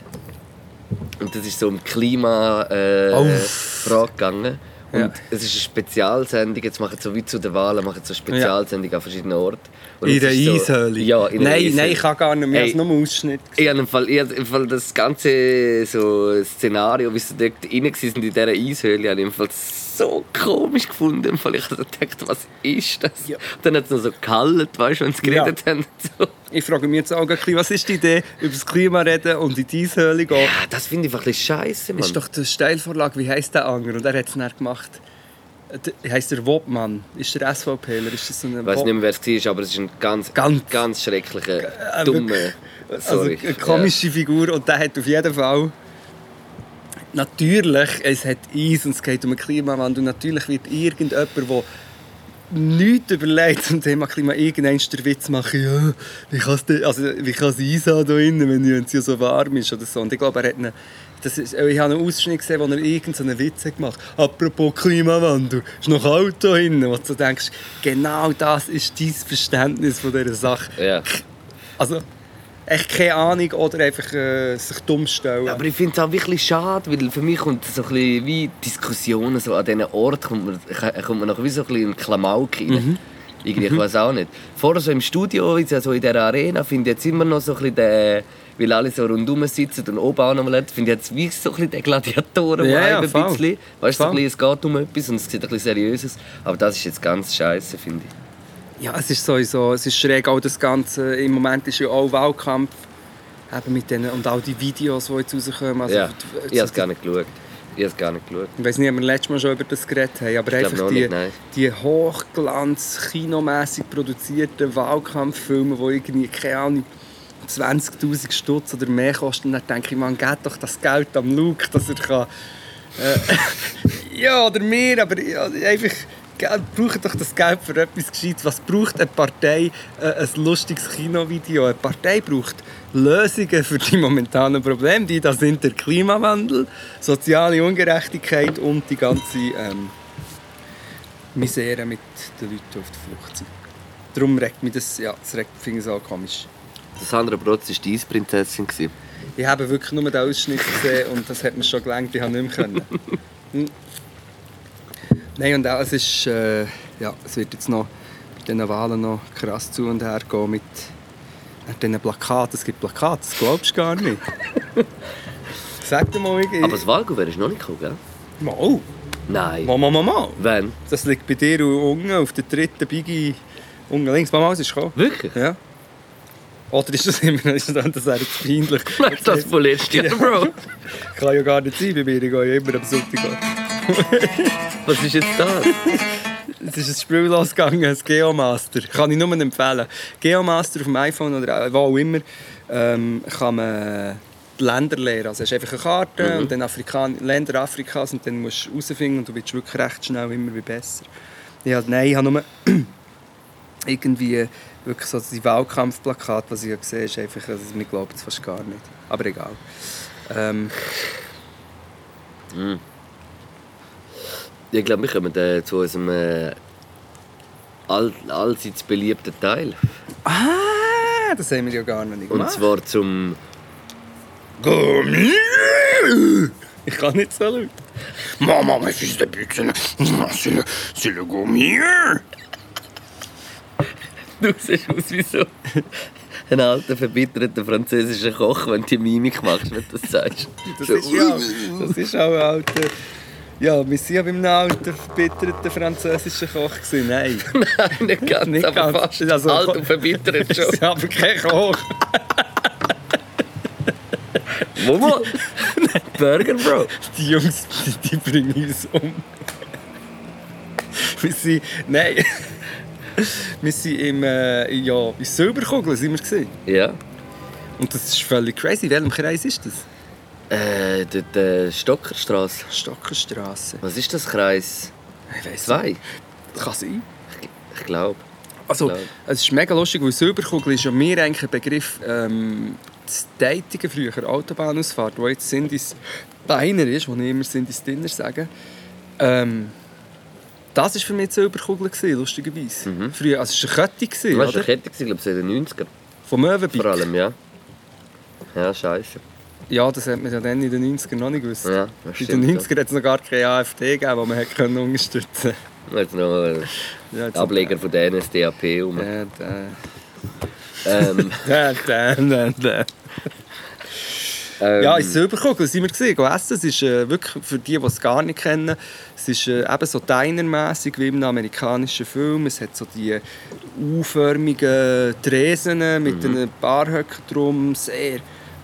Speaker 5: Und das ist so um Klima äh,
Speaker 4: Oh.
Speaker 5: Frage gegangen. Und
Speaker 4: Ja.
Speaker 5: es ist eine Spezialsendung. Jetzt machen sie so wie zu den Wahlen machen sie so eine Spezialsendung an verschiedenen Orten. Und
Speaker 4: In
Speaker 5: es
Speaker 4: der
Speaker 5: ist so-
Speaker 4: Eishöhle?
Speaker 5: Ja, in der
Speaker 4: nein,
Speaker 5: Eishöhle.
Speaker 4: nein, ich kann gar nicht mehr. Ich
Speaker 5: Ey.
Speaker 4: habe nur einen Ausschnitt.
Speaker 5: Ich habe im Fall, ich habe im Fall das ganze so Szenario, wie sie dort rein waren in dieser Eishöhle, habe ich im Fall so komisch gefunden. Im Fall, ich habe gedacht, was ist das?
Speaker 4: Ja.
Speaker 5: Dann hat es noch so gehallt, weißt du, wenn sie geredet haben. So.
Speaker 4: Ich frage mich jetzt auch gleich, was ist die Idee, über das Klima reden und in die Eishöhle gehen?
Speaker 5: Ja, Ah, das finde ich einfach ein bisschen scheiße, Mann.
Speaker 4: Ist doch die Steilvorlage, wie heisst der Anger? Und er hat es nicht gemacht. Äh, Heisst der Wobmann? Ist der SVPler? Ist das so ein
Speaker 5: ich weiß
Speaker 4: Wob-
Speaker 5: nicht mehr, wer es war, aber es ist ein ganz,
Speaker 4: Ganz-
Speaker 5: ganz, schrecklicher,
Speaker 4: äh,
Speaker 5: dummer.
Speaker 4: Also
Speaker 5: Sorry.
Speaker 4: eine komische Figur und der hat auf jeden Fall natürlich, es hat Eis und es geht um den Klimawandel und natürlich wird irgendjemand, der nichts überlegt zum Thema Klima, irgendwann den Witz machen, ja, wie kann es denn- also, wie kann es Eis haben da drinnen, wenn es ja so warm ist oder so. Und ich glaube, er hat einen, das ist, ich habe einen Ausschnitt gesehen, wo er irgendeinen Witz hat gemacht hat. Apropos Klimawandel, ist noch kalt da drinnen. Wo du so denkst, genau das ist dein Verständnis von dieser Sache.
Speaker 5: Ja. Ja.
Speaker 4: Also, echt keine Ahnung oder einfach äh, sich dumm stellen.
Speaker 5: Aber ich finde es auch ein bisschen schade, weil für mich kommt so ein bisschen wie Diskussionen so an diesen Ort kommt man, kommt man nachher wie so ein bisschen in Klamauk rein. Irgendwie, ich weiß auch nicht. Vorher so im Studio, jetzt ja so in dieser Arena, finde ich jetzt immer noch so ein bisschen den, weil alle so rundum sitzen und oben auch noch mal reden, finde ich jetzt wie so ein bisschen den Gladiatoren
Speaker 4: Ja, ja,
Speaker 5: ein
Speaker 4: voll.
Speaker 5: bisschen. Weißt du, so ein
Speaker 4: Voll.
Speaker 5: bisschen, es geht um etwas und es sieht ein bisschen seriös aus. Aber das ist jetzt ganz scheiße, finde ich.
Speaker 4: ja, es ist sowieso, es ist schräg auch das Ganze. Im Moment ist ja auch Wahlkampf eben mit denen, und auch die Videos, die jetzt rauskommen. Also,
Speaker 5: ja, ich habe es
Speaker 4: die-
Speaker 5: gar nicht geschaut. Ich habe es gar nicht geschaut.
Speaker 4: Ich weiß nicht, ob wir letztes Mal schon über das geredet haben, aber
Speaker 5: glaub
Speaker 4: einfach
Speaker 5: noch
Speaker 4: die,
Speaker 5: nicht, nein.
Speaker 4: die hochglanz kinomässig produzierten Wahlkampffilme, die irgendwie, keine Ahnung, 20'000 Stutz oder mehr kosten, dann denke ich, man, gebt doch das Geld am Luke, dass er kann... Äh, ja, oder mir, aber ja, einfach... gell, Braucht doch das Geld für etwas Gescheites. Was braucht eine Partei äh, ein lustiges Kinovideo? Eine Partei braucht Lösungen für die momentanen Probleme. Die da sind der Klimawandel, soziale Ungerechtigkeit und die ganze ähm, Misere mit den Leuten, die auf der Flucht sind. Darum regt mich das, ja, das regt, finde ich es auch komisch.
Speaker 5: Das andere Brot war die Eisprinzessin. gewesen.
Speaker 4: Ich habe wirklich nur den Ausschnitt gesehen und das hat mir schon gelangt, ich habe nicht mehr können. Hm. Nein, und auch, es ist, äh, ja, es wird jetzt noch bei diesen Wahlen noch krass zu und her gehen mit äh, diesen Plakaten. Es gibt Plakate, das glaubst du gar nicht. Sag dir mal, ich...
Speaker 5: Aber das Wahlgouvern ist noch nicht gekommen, gell?
Speaker 4: Mal,
Speaker 5: Nein.
Speaker 4: mal, mal, mal, mal.
Speaker 5: Wenn?
Speaker 4: Das liegt bei dir unten auf der dritten Biggie, unten links. Mal, mal, es ist gekommen.
Speaker 5: Wirklich?
Speaker 4: Ja. Oder ist das immer noch, ist das das wäre jetzt peinlich?
Speaker 5: Nein, das von letztes Jahr, Bro.
Speaker 4: Kann ja gar nicht sein bei mir, ich gehe ja immer am Sonntag. an.
Speaker 5: Was ist jetzt das?
Speaker 4: Es ist ein Spiel losgegangen, ein Geomaster. Kann ich nur empfehlen. Geomaster auf dem iPhone oder wo auch immer ähm, kann man die Länder lernen. Also hast du einfach eine Karte und dann Afrikan Länder Afrikas und dann musst du herausfinden und du bist wirklich recht schnell immer wie besser. Ja, nein, ich habe nur irgendwie wirklich so die Wahlkampfplakat, was ich ja gesehen habe, ist einfach, also, mir glaubt es fast gar nicht. Aber egal. Ähm,
Speaker 5: Ich glaube, wir kommen äh, zu unserem äh, all, allseits beliebten Teil.
Speaker 4: ah, das haben wir ja gar noch nicht
Speaker 5: Und
Speaker 4: gemacht.
Speaker 5: zwar zum Gummi! Ich kann nicht so laut. Mama, was ist denn bitte? C'est le, c'est le Gummi! Du siehst aus wie so ein alter, verbitterter französischer Koch, wenn du die Mimik machst, wenn du das sagst.
Speaker 4: Das
Speaker 5: So, uh,
Speaker 4: ist ja, das ist auch ein alter. Ja, wir waren ja bei einem alten, verbitterten französischen Koch. Gewesen. Nein,
Speaker 5: Nein, nicht ganz,
Speaker 4: Nicht
Speaker 5: aber
Speaker 4: ganz.
Speaker 5: fast.
Speaker 4: Also,
Speaker 5: Alt und verbittert
Speaker 4: das
Speaker 5: schon.
Speaker 4: ist aber kein Koch.
Speaker 5: Momo! Burger, Bro!
Speaker 4: Die Jungs, die, die bringen uns um. Wir sind. Nein. Wir sind im, äh, ja, in Silberkugel sind wir gewesen.
Speaker 5: Ja.
Speaker 4: Und das ist völlig crazy. In welchem Kreis ist das?
Speaker 5: Äh, dort äh, Stockerstrasse.
Speaker 4: Stockerstrasse.
Speaker 5: Was ist das Kreis?
Speaker 4: Ich weiss nicht.
Speaker 5: Zwei?
Speaker 4: Kann sein.
Speaker 5: Ich glaube.
Speaker 4: Also,
Speaker 5: Ja.
Speaker 4: es ist mega lustig, weil Silberkugel ist ja mir eigentlich ein Begriff ähm, das Dating früher, Autobahnausfahrt, wo jetzt Sindis Beiner ist, wo ich immer Sindis Dinner sage. Ähm, das war für mich die Silberkugel, gewesen, lustigerweise. Früher, also es war eine Kette,
Speaker 5: Mhm. Du
Speaker 4: gewesen,
Speaker 5: warst
Speaker 4: oder?
Speaker 5: eine Kette, glaube ich, in den 90er.
Speaker 4: Vom Möwenbein.
Speaker 5: Vor allem, ja. Ja, scheiße.
Speaker 4: Ja, das hat man ja dann in den 90ern noch nicht gewusst.
Speaker 5: Ja, das
Speaker 4: in
Speaker 5: stimmt,
Speaker 4: den
Speaker 5: ja.
Speaker 4: 90ern hat es noch gar keine AfD gegeben, die man hätte können unterstützen
Speaker 5: Jetzt noch ein
Speaker 4: ja, jetzt-
Speaker 5: Ableger von der NSDAP rum.
Speaker 4: Äh, äh,
Speaker 5: Ähm,
Speaker 4: äh, äh, äh, äh.
Speaker 5: ähm,
Speaker 4: Ja, in Silberkugel sind wir gesehen, essen. Es ist äh, wirklich, für die, die es gar nicht kennen, es ist äh, eben so dinermässig wie im amerikanischen Film. Es hat so die U-förmigen Tresen mit mhm. einem Barhöcken drum. Sehr,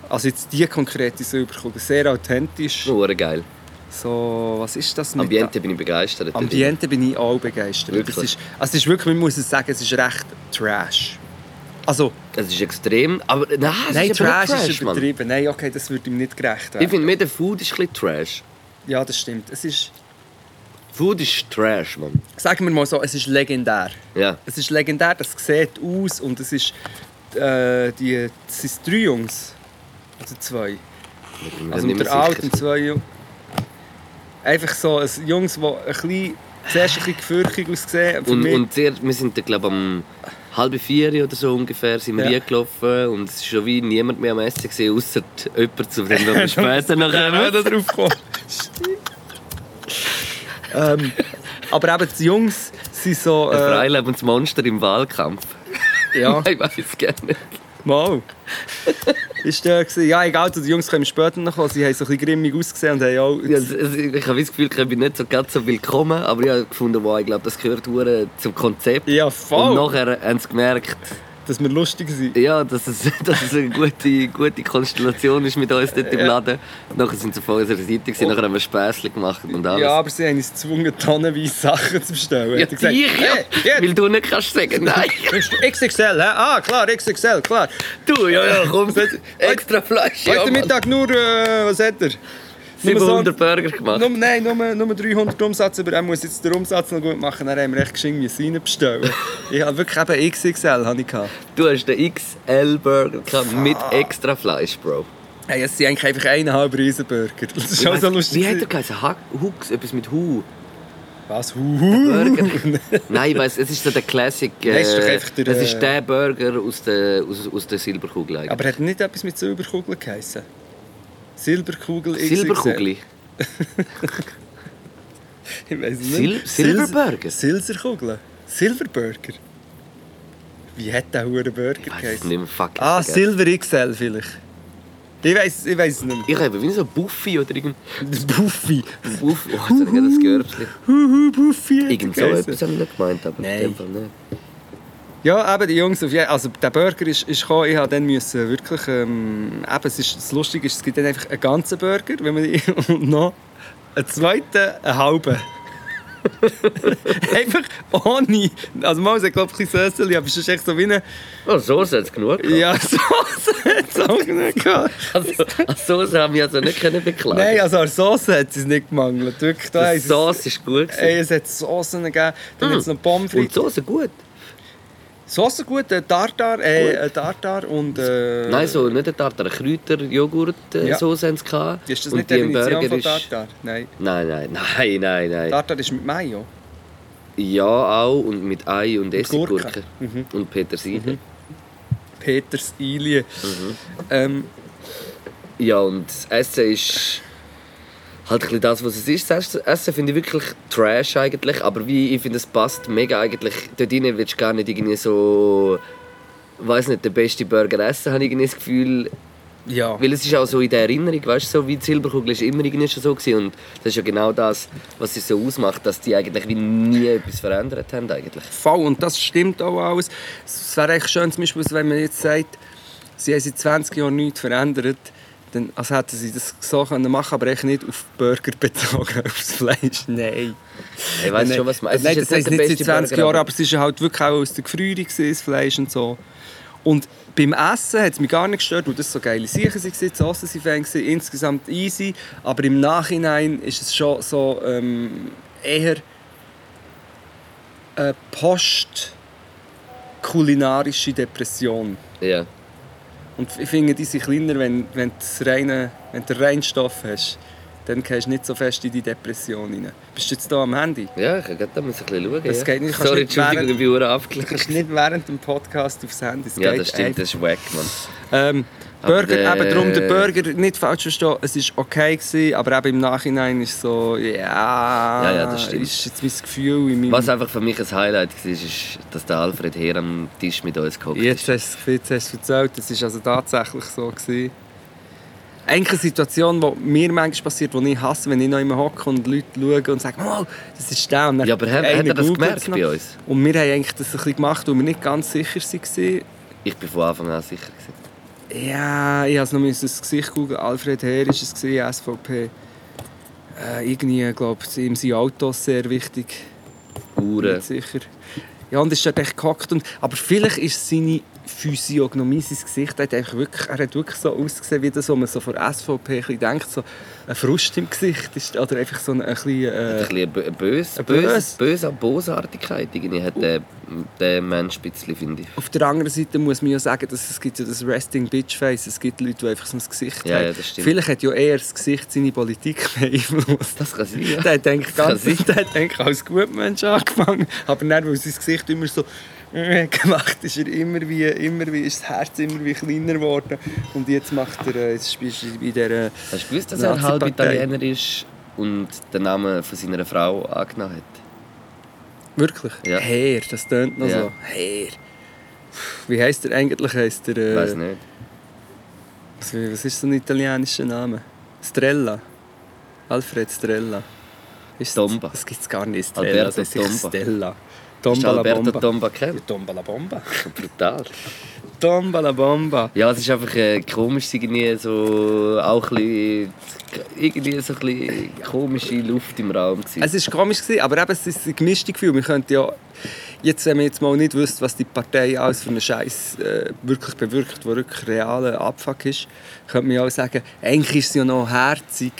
Speaker 4: also jetzt die konkrete Silberkugel, sehr authentisch.
Speaker 5: Hure geil.
Speaker 4: So, was ist das mit
Speaker 5: Oh. Ambiente bin ich begeistert.
Speaker 4: Ambiente bin ich auch begeistert.
Speaker 5: Wirklich?
Speaker 4: Es ist, also es ist wirklich, man muss es sagen, es ist recht Trash. Also,
Speaker 5: Es ist extrem, aber nein, es
Speaker 4: nein,
Speaker 5: ist aber
Speaker 4: Trash,
Speaker 5: nicht
Speaker 4: ist
Speaker 5: Mann.
Speaker 4: übertrieben. Nein, okay, das würde ihm nicht gerecht
Speaker 5: Ich
Speaker 4: werden.
Speaker 5: finde, mehr der Food ist ein bisschen Trash.
Speaker 4: Ja, das stimmt. Es ist...
Speaker 5: Food ist Trash, Mann.
Speaker 4: sagen wir mal so, es ist legendär.
Speaker 5: Ja.
Speaker 4: Es ist legendär, das sieht aus und es ist, äh, die, es sind drei Jungs, also zwei.
Speaker 5: Ich
Speaker 4: Also
Speaker 5: bin
Speaker 4: mit
Speaker 5: nicht
Speaker 4: der
Speaker 5: mehr
Speaker 4: alten
Speaker 5: sicher.
Speaker 4: zwei Jungs. Einfach so, es- Jungs, die ein bisschen, zuerst ein bisschen gefürchtig aussehen. Für
Speaker 5: Und,
Speaker 4: mich-
Speaker 5: und sehr, wir sind, glaube ich, um halb vier oder so ungefähr sind wir
Speaker 4: Ja.
Speaker 5: reingelaufen und es war schon wie niemand mehr am Essen, gewesen, ausser jemand, zu dem wir später noch
Speaker 4: Ja,
Speaker 5: kommen.
Speaker 4: da drauf gekommen. ähm, aber eben, die Jungs sind so...
Speaker 5: Ein
Speaker 4: Äh, Ah.
Speaker 5: freilebendes Monster im Wahlkampf.
Speaker 4: ja,
Speaker 5: Ich weiß es gerne.
Speaker 4: mal. Ist der gewesen. Ja, egal, die Jungs kommen später noch kommen. Sie haben so ein bisschen grimmig ausgesehen und haben auch...
Speaker 5: Ja, es- es- ich habe das Gefühl, ich bin nicht so ganz so willkommen, aber ich habe gefunden, wow, ich glaube, das gehört hure zum Konzept.
Speaker 4: Ja,
Speaker 5: Und
Speaker 4: voll.
Speaker 5: nachher haben sie gemerkt,
Speaker 4: dass wir lustig sind.
Speaker 5: ja, dass, es, dass es eine gute, gute Konstellation ist mit uns dort im Laden. Nachher sind sie von unserer Seite, gewesen, nachher haben wir Späßchen gemacht und alles.
Speaker 4: Oh. Ja, aber sie haben uns gezwungen, tonnenweise Sachen zu bestellen.
Speaker 5: Ja,
Speaker 4: Hat er gesagt,
Speaker 5: dich, ja.
Speaker 4: hey,
Speaker 5: Weil du nicht kannst sagen, nein.
Speaker 4: jetzt, XXL, hä? ah klar, XXL, klar.
Speaker 5: Du, ja, ja, komm, extra Fleisch. Ja,
Speaker 4: Heute
Speaker 5: Mann.
Speaker 4: Mittag nur, äh, was hat er? Nur so-
Speaker 5: 700 Burger gemacht.
Speaker 4: Nur, nein, nur, nur 300 Umsatz, aber er muss jetzt den Umsatz noch gut machen, dann haben wir echt geschenkt müssen reinbestellen. ich habe wirklich eben XXL hatte ich gehabt.
Speaker 5: Du hast den XL-Burger gehabt mit extra Fleisch, Bro.
Speaker 4: Hey, es sind eigentlich einfach eineinhalb Riesenburger. Das ist auch so lustig.
Speaker 5: Wie hat er geheißen? Hack- Hux, etwas mit Hu.
Speaker 4: Was? Huhu.
Speaker 5: Burger. Nein, ich weiss, es ist so der Classic.
Speaker 4: Nein, ist doch einfach der,
Speaker 5: das ist
Speaker 4: äh,
Speaker 5: der Burger aus der, aus, aus der Silberkugel. eigentlich.
Speaker 4: Aber hat nicht etwas mit Silberkugel geheißen? Silberkugel XXL.
Speaker 5: Silberkugel.
Speaker 4: Ich weiß nicht.
Speaker 5: Sil- Silberburger?
Speaker 4: Silserkugeln. Silverburger. Wie hat der Hure Burger
Speaker 5: Ich weiß es
Speaker 4: geheißen?
Speaker 5: nicht mehr. Fuck.
Speaker 4: Ah,
Speaker 5: ich vergesse.
Speaker 4: Silver XL vielleicht. Ich weiß ich weiß es nicht.
Speaker 5: Ich habe wie so Buffy oder irgendein.
Speaker 4: Buffy.
Speaker 5: Buffy. Oh, jetzt habe ich das Görbsli.
Speaker 4: Huhu, Buffy. hat er
Speaker 5: Irgend so
Speaker 4: geheissen.
Speaker 5: etwas habe ich nicht gemeint, aber
Speaker 4: Nein.
Speaker 5: in dem Fall nicht.
Speaker 4: Ja, eben, die Jungs, auf jeden- also der Burger ist, ist gekommen, ich habe dann müssen wirklich, ähm, eben, es ist, das Lustige ist, es gibt dann einfach einen ganzen Burger, wenn man die- und noch einen zweiten, einen halben. einfach ohne, also mal, es hat glaube ich ein bisschen Söseli, aber es ist echt so wie eine,
Speaker 5: Oh, Soße hat es genug. gehabt.
Speaker 4: ja, so, so auch nicht gehabt.
Speaker 5: Also, an Soße haben wir also nicht können beklagen.
Speaker 4: Nein, also an Soße hat es uns nicht gemangelt, wirklich, da
Speaker 5: die
Speaker 4: ist es,
Speaker 5: Soße ist gut. gewesen.
Speaker 4: ey, es hat Soßen gegeben, dann hat es noch Pommes
Speaker 5: Und die
Speaker 4: frites.
Speaker 5: Soße gut.
Speaker 4: Soße gut, äh, Tartar, äh, äh, Tartar und, äh,
Speaker 5: Nein, so nicht eine Tartar, eine
Speaker 4: Ja.
Speaker 5: Kräuter-Joghurt-Soße haben sie gehabt.
Speaker 4: Ist das
Speaker 5: Und
Speaker 4: nicht
Speaker 5: die
Speaker 4: die
Speaker 5: im
Speaker 4: Definition von
Speaker 5: Burger ist-
Speaker 4: Tartar? Nein.
Speaker 5: Nein, nein, nein, nein, nein.
Speaker 4: Tartar ist mit Mayo.
Speaker 5: Ja, auch und mit Ei und Essiggurke.
Speaker 4: Gurke. Mhm.
Speaker 5: Und Petersilie.
Speaker 4: Peters Ilie. Ähm,
Speaker 5: Ja, und das Essen ist halt ein bisschen das, was es ist. Das Essen- Essen finde ich wirklich Trash eigentlich, aber wie ich finde, es passt mega eigentlich. Dort rein willst du gar nicht irgendwie so, weiß nicht, den besten Burger essen, habe ich irgendwie das Gefühl.
Speaker 4: Ja.
Speaker 5: Weil es ist auch so in der Erinnerung, weißt du, so wie die Silberkugel ist immer irgendwie schon so gewesen. und das ist ja genau das, was sie so ausmacht, dass die eigentlich wie nie etwas verändert haben eigentlich.
Speaker 4: Fall. Und das stimmt auch alles. Es wäre echt schön, zum Beispiel, wenn man jetzt sagt, sie haben seit 20 Jahren nichts verändert, dann als hätten sie das so können machen aber echt nicht auf Burger bezogen, aufs Fleisch. Nein.
Speaker 5: Ich weiß
Speaker 4: Nein,
Speaker 5: schon, was man. es
Speaker 4: Nein,
Speaker 5: ist
Speaker 4: das
Speaker 5: jetzt
Speaker 4: heisst
Speaker 5: der
Speaker 4: nicht seit
Speaker 5: beste
Speaker 4: 20
Speaker 5: Burger,
Speaker 4: Jahren, aber es ist halt wirklich auch aus der Gefrierung, gewesen, das Fleisch und so. Und beim Essen hat es mich gar nicht gestört, weil das so geile Sachen waren, die Soßen waren fein, gewesen, insgesamt easy. Aber im Nachhinein ist es schon so ähm, eher eine postkulinarische Depression.
Speaker 5: Ja.
Speaker 4: Und ich finde, die sind kleiner, wenn, wenn, das reine, wenn du den reinen Stoff hast. Dann gehst du nicht so fest in die Depression rein. Bist du jetzt hier am Handy?
Speaker 5: Ja, ich kann gerade da muss ich ein bisschen schauen.
Speaker 4: Das
Speaker 5: ja.
Speaker 4: geht nicht, kannst
Speaker 5: Sorry,
Speaker 4: nicht
Speaker 5: Entschuldigung, ich bin verdammt
Speaker 4: Du kannst
Speaker 5: abgelenkt.
Speaker 4: nicht während dem Podcast aufs Handy. Es
Speaker 5: Ja,
Speaker 4: geht
Speaker 5: das stimmt,
Speaker 4: einfach.
Speaker 5: das ist wack, Mann.
Speaker 4: Ähm,
Speaker 5: Aber
Speaker 4: Burger,
Speaker 5: der-
Speaker 4: eben darum, der Burger, nicht falsch verstehen, es war okay, gewesen, aber eben im Nachhinein ist so, ja,
Speaker 5: Ja, ja, das stimmt.
Speaker 4: ist jetzt mein Gefühl in meinem...
Speaker 5: Was einfach für mich ein Highlight war, ist, dass der Alfred hier am Tisch mit uns gehockt
Speaker 4: Jetzt
Speaker 5: ist.
Speaker 4: hast du es hast du es erzählt, das war also tatsächlich so. Gewesen. Eigentlich eine Situation, die mir manchmal passiert, die ich hasse, wenn ich noch immer hocke und Leute schauen und sagen, «Mal, das ist der!» und dann
Speaker 5: Ja, aber hat, hat
Speaker 4: einer
Speaker 5: er das
Speaker 4: googelt
Speaker 5: gemerkt
Speaker 4: es noch.
Speaker 5: bei uns?
Speaker 4: Und wir haben eigentlich das ein bisschen gemacht, weil wir nicht ganz sicher waren,
Speaker 5: Ich bin von Anfang an sicher. Gewesen.
Speaker 4: Ja, ich musste noch müssen das Gesicht gucken. Alfred Heer war es, gewesen, SVP. Äh, irgendwie, glaube ich, ihm sind Autos sehr wichtig.
Speaker 5: Uhren.
Speaker 4: Nicht sicher. Ja, und ist dort echt gehackt. Und, aber vielleicht ist seine Physiognomie, sein Gesicht, er hat einfach wirklich, er hat wirklich so ausgesehen, wie das, was man so von SVP ein bisschen denkt. So ein Frust im Gesicht. Ist, oder einfach so ein, ein bisschen...
Speaker 5: Ein
Speaker 4: Äh,
Speaker 5: bisschen eine bö- eine böse,
Speaker 4: Eine
Speaker 5: böse, böse Bosartigkeit irgendwie hat der, der Mensch ein bisschen, finde ich.
Speaker 4: auf der anderen Seite muss man ja sagen, dass es gibt ja das Resting Bitch Face. Es gibt Leute, die einfach so ein Gesicht
Speaker 5: Ja,
Speaker 4: haben.
Speaker 5: ja, das stimmt.
Speaker 4: Vielleicht hat ja eher das Gesicht seine Politik beeinflusst.
Speaker 5: Das kann sein, ja.
Speaker 4: Der hat eigentlich
Speaker 5: Das kann
Speaker 4: ganz, der hat eigentlich als Gutmensch angefangen, aber dann, weil sein Gesicht immer so äh, gemacht ist, er immer wie, immer wie, ist das Herz immer wie kleiner geworden und jetzt macht er, äh, jetzt spielst du in der,
Speaker 5: Hast du gewusst, dass er halb
Speaker 4: Nazi-Partei.
Speaker 5: Italiener ist und den Namen von seiner Frau angenommen hat?
Speaker 4: wirklich,
Speaker 5: Ja.
Speaker 4: Herr, das tönt noch
Speaker 5: Ja.
Speaker 4: so, Herr. Wie heißt er eigentlich? Heißt er,
Speaker 5: Ich
Speaker 4: äh,
Speaker 5: weiß nicht.
Speaker 4: was- was ist so ein italienischer Name? Strella, Alfred Strella. Ist
Speaker 5: Tomba.
Speaker 4: Das, das gibt es gar nicht, Strella,
Speaker 5: Alberto
Speaker 4: das ist sicher
Speaker 5: Tomba.
Speaker 4: Stella.
Speaker 5: Hast du
Speaker 4: Tomba la
Speaker 5: Alberto
Speaker 4: Bomba.
Speaker 5: Tomba kennt?
Speaker 4: Tomba la Bomba.
Speaker 5: Brutal.
Speaker 4: Tomba la Bomba.
Speaker 5: Ja, es ist einfach äh, komisch, irgendwie so auch ein bisschen, irgendwie so ein bisschen komische Luft im Raum gewesen.
Speaker 4: Es war komisch, gewesen, aber eben, es ist ein gemischtes Gefühl. Wir könnten ja, jetzt, wenn wir jetzt mal nicht wissen, was die Partei alles für einen Scheiß äh, wirklich bewirkt, der wirklich realer Abfuck ist, könnte man ja auch sagen, eigentlich ist sie ja noch herzig.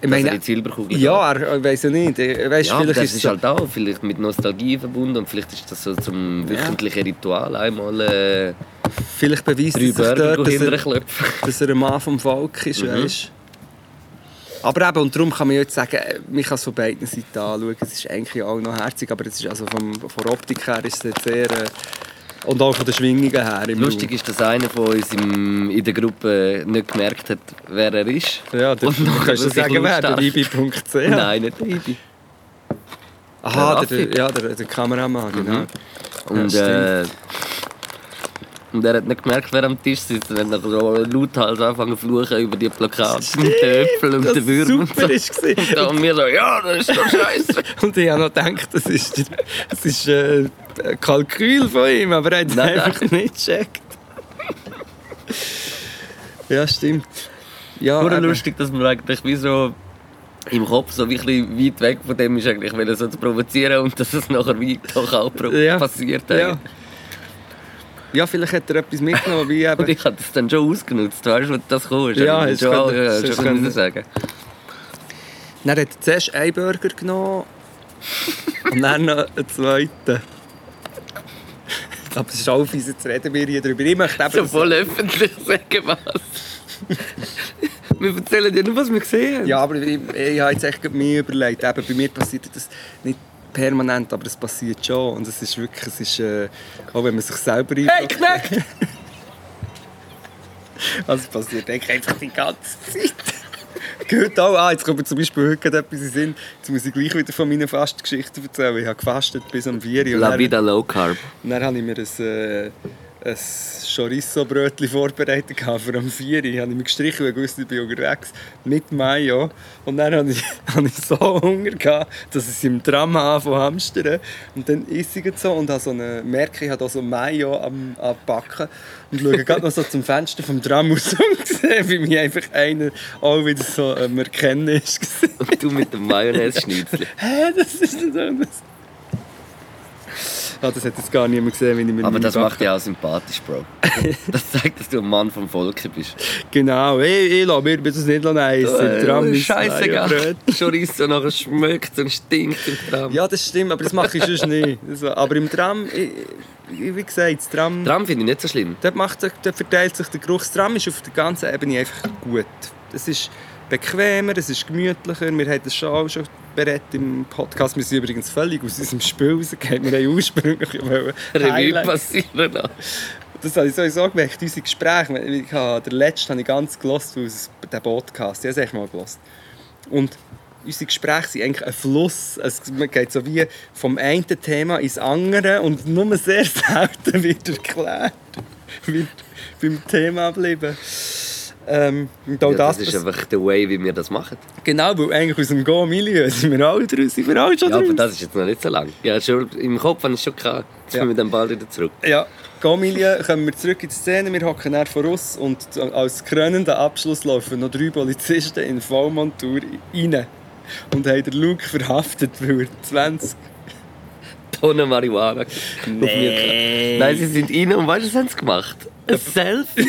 Speaker 4: Ich
Speaker 5: Dass er
Speaker 4: meine,
Speaker 5: die Silberkugel
Speaker 4: ja, er weiß ja nicht. Er weiss,
Speaker 5: Ja, aber
Speaker 4: vielleicht
Speaker 5: das
Speaker 4: ist
Speaker 5: ist
Speaker 4: so-
Speaker 5: halt auch vielleicht mit Nostalgie verbunden und vielleicht ist das so zum wöchentlichen Ritual einmal äh,
Speaker 4: Vielleicht beweist
Speaker 5: drei
Speaker 4: es sich
Speaker 5: Burger
Speaker 4: dort, dass er,
Speaker 5: hinterklopfen.
Speaker 4: dass er ein Mann vom Volk ist,
Speaker 5: Mhm.
Speaker 4: weisst. Aber eben, und darum kann man ja jetzt sagen, äh, man kann es von beiden Seiten anschauen. Es ist eigentlich auch noch herzig, aber es ist also vom, von der Optik her ist es jetzt sehr... Äh, und auch von den Schwingungen her im
Speaker 5: Lustig ist, dass einer von uns im, in der Gruppe nicht gemerkt hat, wer er ist.
Speaker 4: Raum. Ja, du
Speaker 5: Und nachher
Speaker 4: kannst du
Speaker 5: sich
Speaker 4: sagen, wer? Der
Speaker 5: lautstark-
Speaker 4: ibi.ch.
Speaker 5: Nein, nicht der Ibi.
Speaker 4: Aha,
Speaker 5: der Mhm.
Speaker 4: der, der, ja, der, der Kameramann, genau.
Speaker 5: Und,
Speaker 4: stimmt.
Speaker 5: äh, und er hat nicht gemerkt, wer am Tisch sitzt. Und hat nachher so lauthals angefangen zu fluchen über die Plakate mit den Äpfeln und
Speaker 4: Das
Speaker 5: den Würmern. und so.
Speaker 4: super ist gewesen.
Speaker 5: Und dann wir so, ja, das ist doch scheiße.
Speaker 4: Und ich habe noch gedacht, das ist, das ist äh, ein Kalkül von ihm, aber er hat es
Speaker 5: Nein,
Speaker 4: einfach nicht gecheckt. ja, stimmt. Ja,
Speaker 5: Nur
Speaker 4: eben.
Speaker 5: lustig, dass man eigentlich wie so im Kopf so ein bisschen weit weg von dem ist, eigentlich wollen, so zu provozieren und dass es nachher wie doch auch pro-
Speaker 4: Ja.
Speaker 5: passiert.
Speaker 4: Ja.
Speaker 5: eigentlich.
Speaker 4: ja, vielleicht hat er etwas mitgenommen, wie
Speaker 5: Und
Speaker 4: eben...
Speaker 5: ich habe das dann schon ausgenutzt, weißt du, wenn das kam. ist.
Speaker 4: Ja,
Speaker 5: Hab ich
Speaker 4: hast
Speaker 5: schon,
Speaker 4: können-
Speaker 5: ja,
Speaker 4: hast
Speaker 5: schon
Speaker 4: können-
Speaker 5: können sagen.
Speaker 4: Dann hat er zuerst einen Burger genommen und dann noch einen zweiten. Aber es ist auch fies, jetzt reden wir hier drüber. Ich möchte eben...
Speaker 5: So
Speaker 4: dass-
Speaker 5: voll öffentlich sagen, was. wir erzählen dir nur, was wir gesehen haben.
Speaker 4: Ja, aber ich, ich habe jetzt echt gerade mir überlegt, eben, bei mir passiert das nicht permanent, aber es passiert schon. Und es ist wirklich, es ist, äh, auch wenn man sich selber einfällt.
Speaker 5: Hey, Knecht!
Speaker 4: Also passiert eigentlich einfach die ganze Zeit. Gehört auch an. Jetzt kommt mir zum Beispiel heute gerade etwas in den Sinn. Jetzt muss ich gleich wieder von meinen Fastgeschichten erzählen. Ich habe gefastet bis um 4 Uhr. und
Speaker 5: La
Speaker 4: dann-
Speaker 5: Vida Low Carb.
Speaker 4: und Dann habe ich mir ein, äh, ein Chorizo-Brötchen vorbereitet gehabt für am 4 Uhr. Ich habe mich gestrichen, weil ich wusste, ich bin unterwegs. Mit Mayo. Und dann hatte ich, hatte ich so Hunger, gehabt, dass ich es im Tram habe von Hamstern. Und dann esse ich jetzt so und habe so eine, merke, ich habe da so Mayo am, am Backen. Und schaue gerade noch so zum Fenster vom Tram aus und sehe, wie mich einfach einer auch wieder so ähm, erkennen ist.
Speaker 5: Und du mit dem Mayonnaise-Schnitzel.
Speaker 4: Hä, das ist nicht anders. Ah, das hat jetzt gar niemand gesehen, wenn ich mir
Speaker 5: Aber
Speaker 4: meine
Speaker 5: das
Speaker 4: Backen-
Speaker 5: macht dich auch sympathisch, Bro. Das zeigt, dass du ein Mann vom Volke bist.
Speaker 4: Genau, ich, ich lasse mir das nicht nein,
Speaker 5: Äh,
Speaker 4: im Tram ist
Speaker 5: Scheißegal. oh, Chorizo nachher schmeckt und stinkt im Tram.
Speaker 4: Ja, das stimmt, aber das mache ich sonst nicht. Also, aber im Tram, ich, ich- wie gesagt, das Tram,
Speaker 5: Tram finde ich nicht so schlimm.
Speaker 4: Dort, macht, der- dort verteilt sich der Geruch. Das Tram ist auf der ganzen Ebene einfach gut. Es ist bequemer, es ist gemütlicher. Wir haben das schon auch schon berät im Podcast. Wir sind übrigens völlig aus unserem Spiel rausgegangen. Wir haben ursprünglich wollen
Speaker 5: Revue
Speaker 4: Highlights-
Speaker 5: passieren lassen.
Speaker 4: Das habe ich sowieso gemerkt, unsere Gespräche. Ich habe, den letzten habe ich ganz gelost, weil es den Podcast, ich habe es echt mal gelost. Und unsere Gespräche sind eigentlich ein Fluss. Es man geht so wie vom einen Thema ins andere und nur sehr selten wird erklärt. wird beim Thema bleiben. Ähm, und auch
Speaker 5: Ja, Oh, das
Speaker 4: das,
Speaker 5: ist
Speaker 4: das
Speaker 5: einfach der Way, wie wir das machen.
Speaker 4: genau, weil eigentlich aus dem Go-Milieu sind wir alle draussen, sind wir alle schon
Speaker 5: Ja,
Speaker 4: draussen.
Speaker 5: aber das ist jetzt noch nicht so lang. Ja, schon im Kopf habe ich schon gehabt. Jetzt
Speaker 4: Ja.
Speaker 5: kommen wir dann bald wieder zurück.
Speaker 4: Ja, Familie, kommen wir zurück in die Szene. Wir hocken dann voraus und als krönenden Abschluss laufen noch drei Polizisten in V-Montur rein und haben den Luke verhaftet, weil er 20.
Speaker 5: Tonnen Marihuana. Nee. Nein, sie sind rein und weißt du, was haben sie gemacht? Ein Selfie.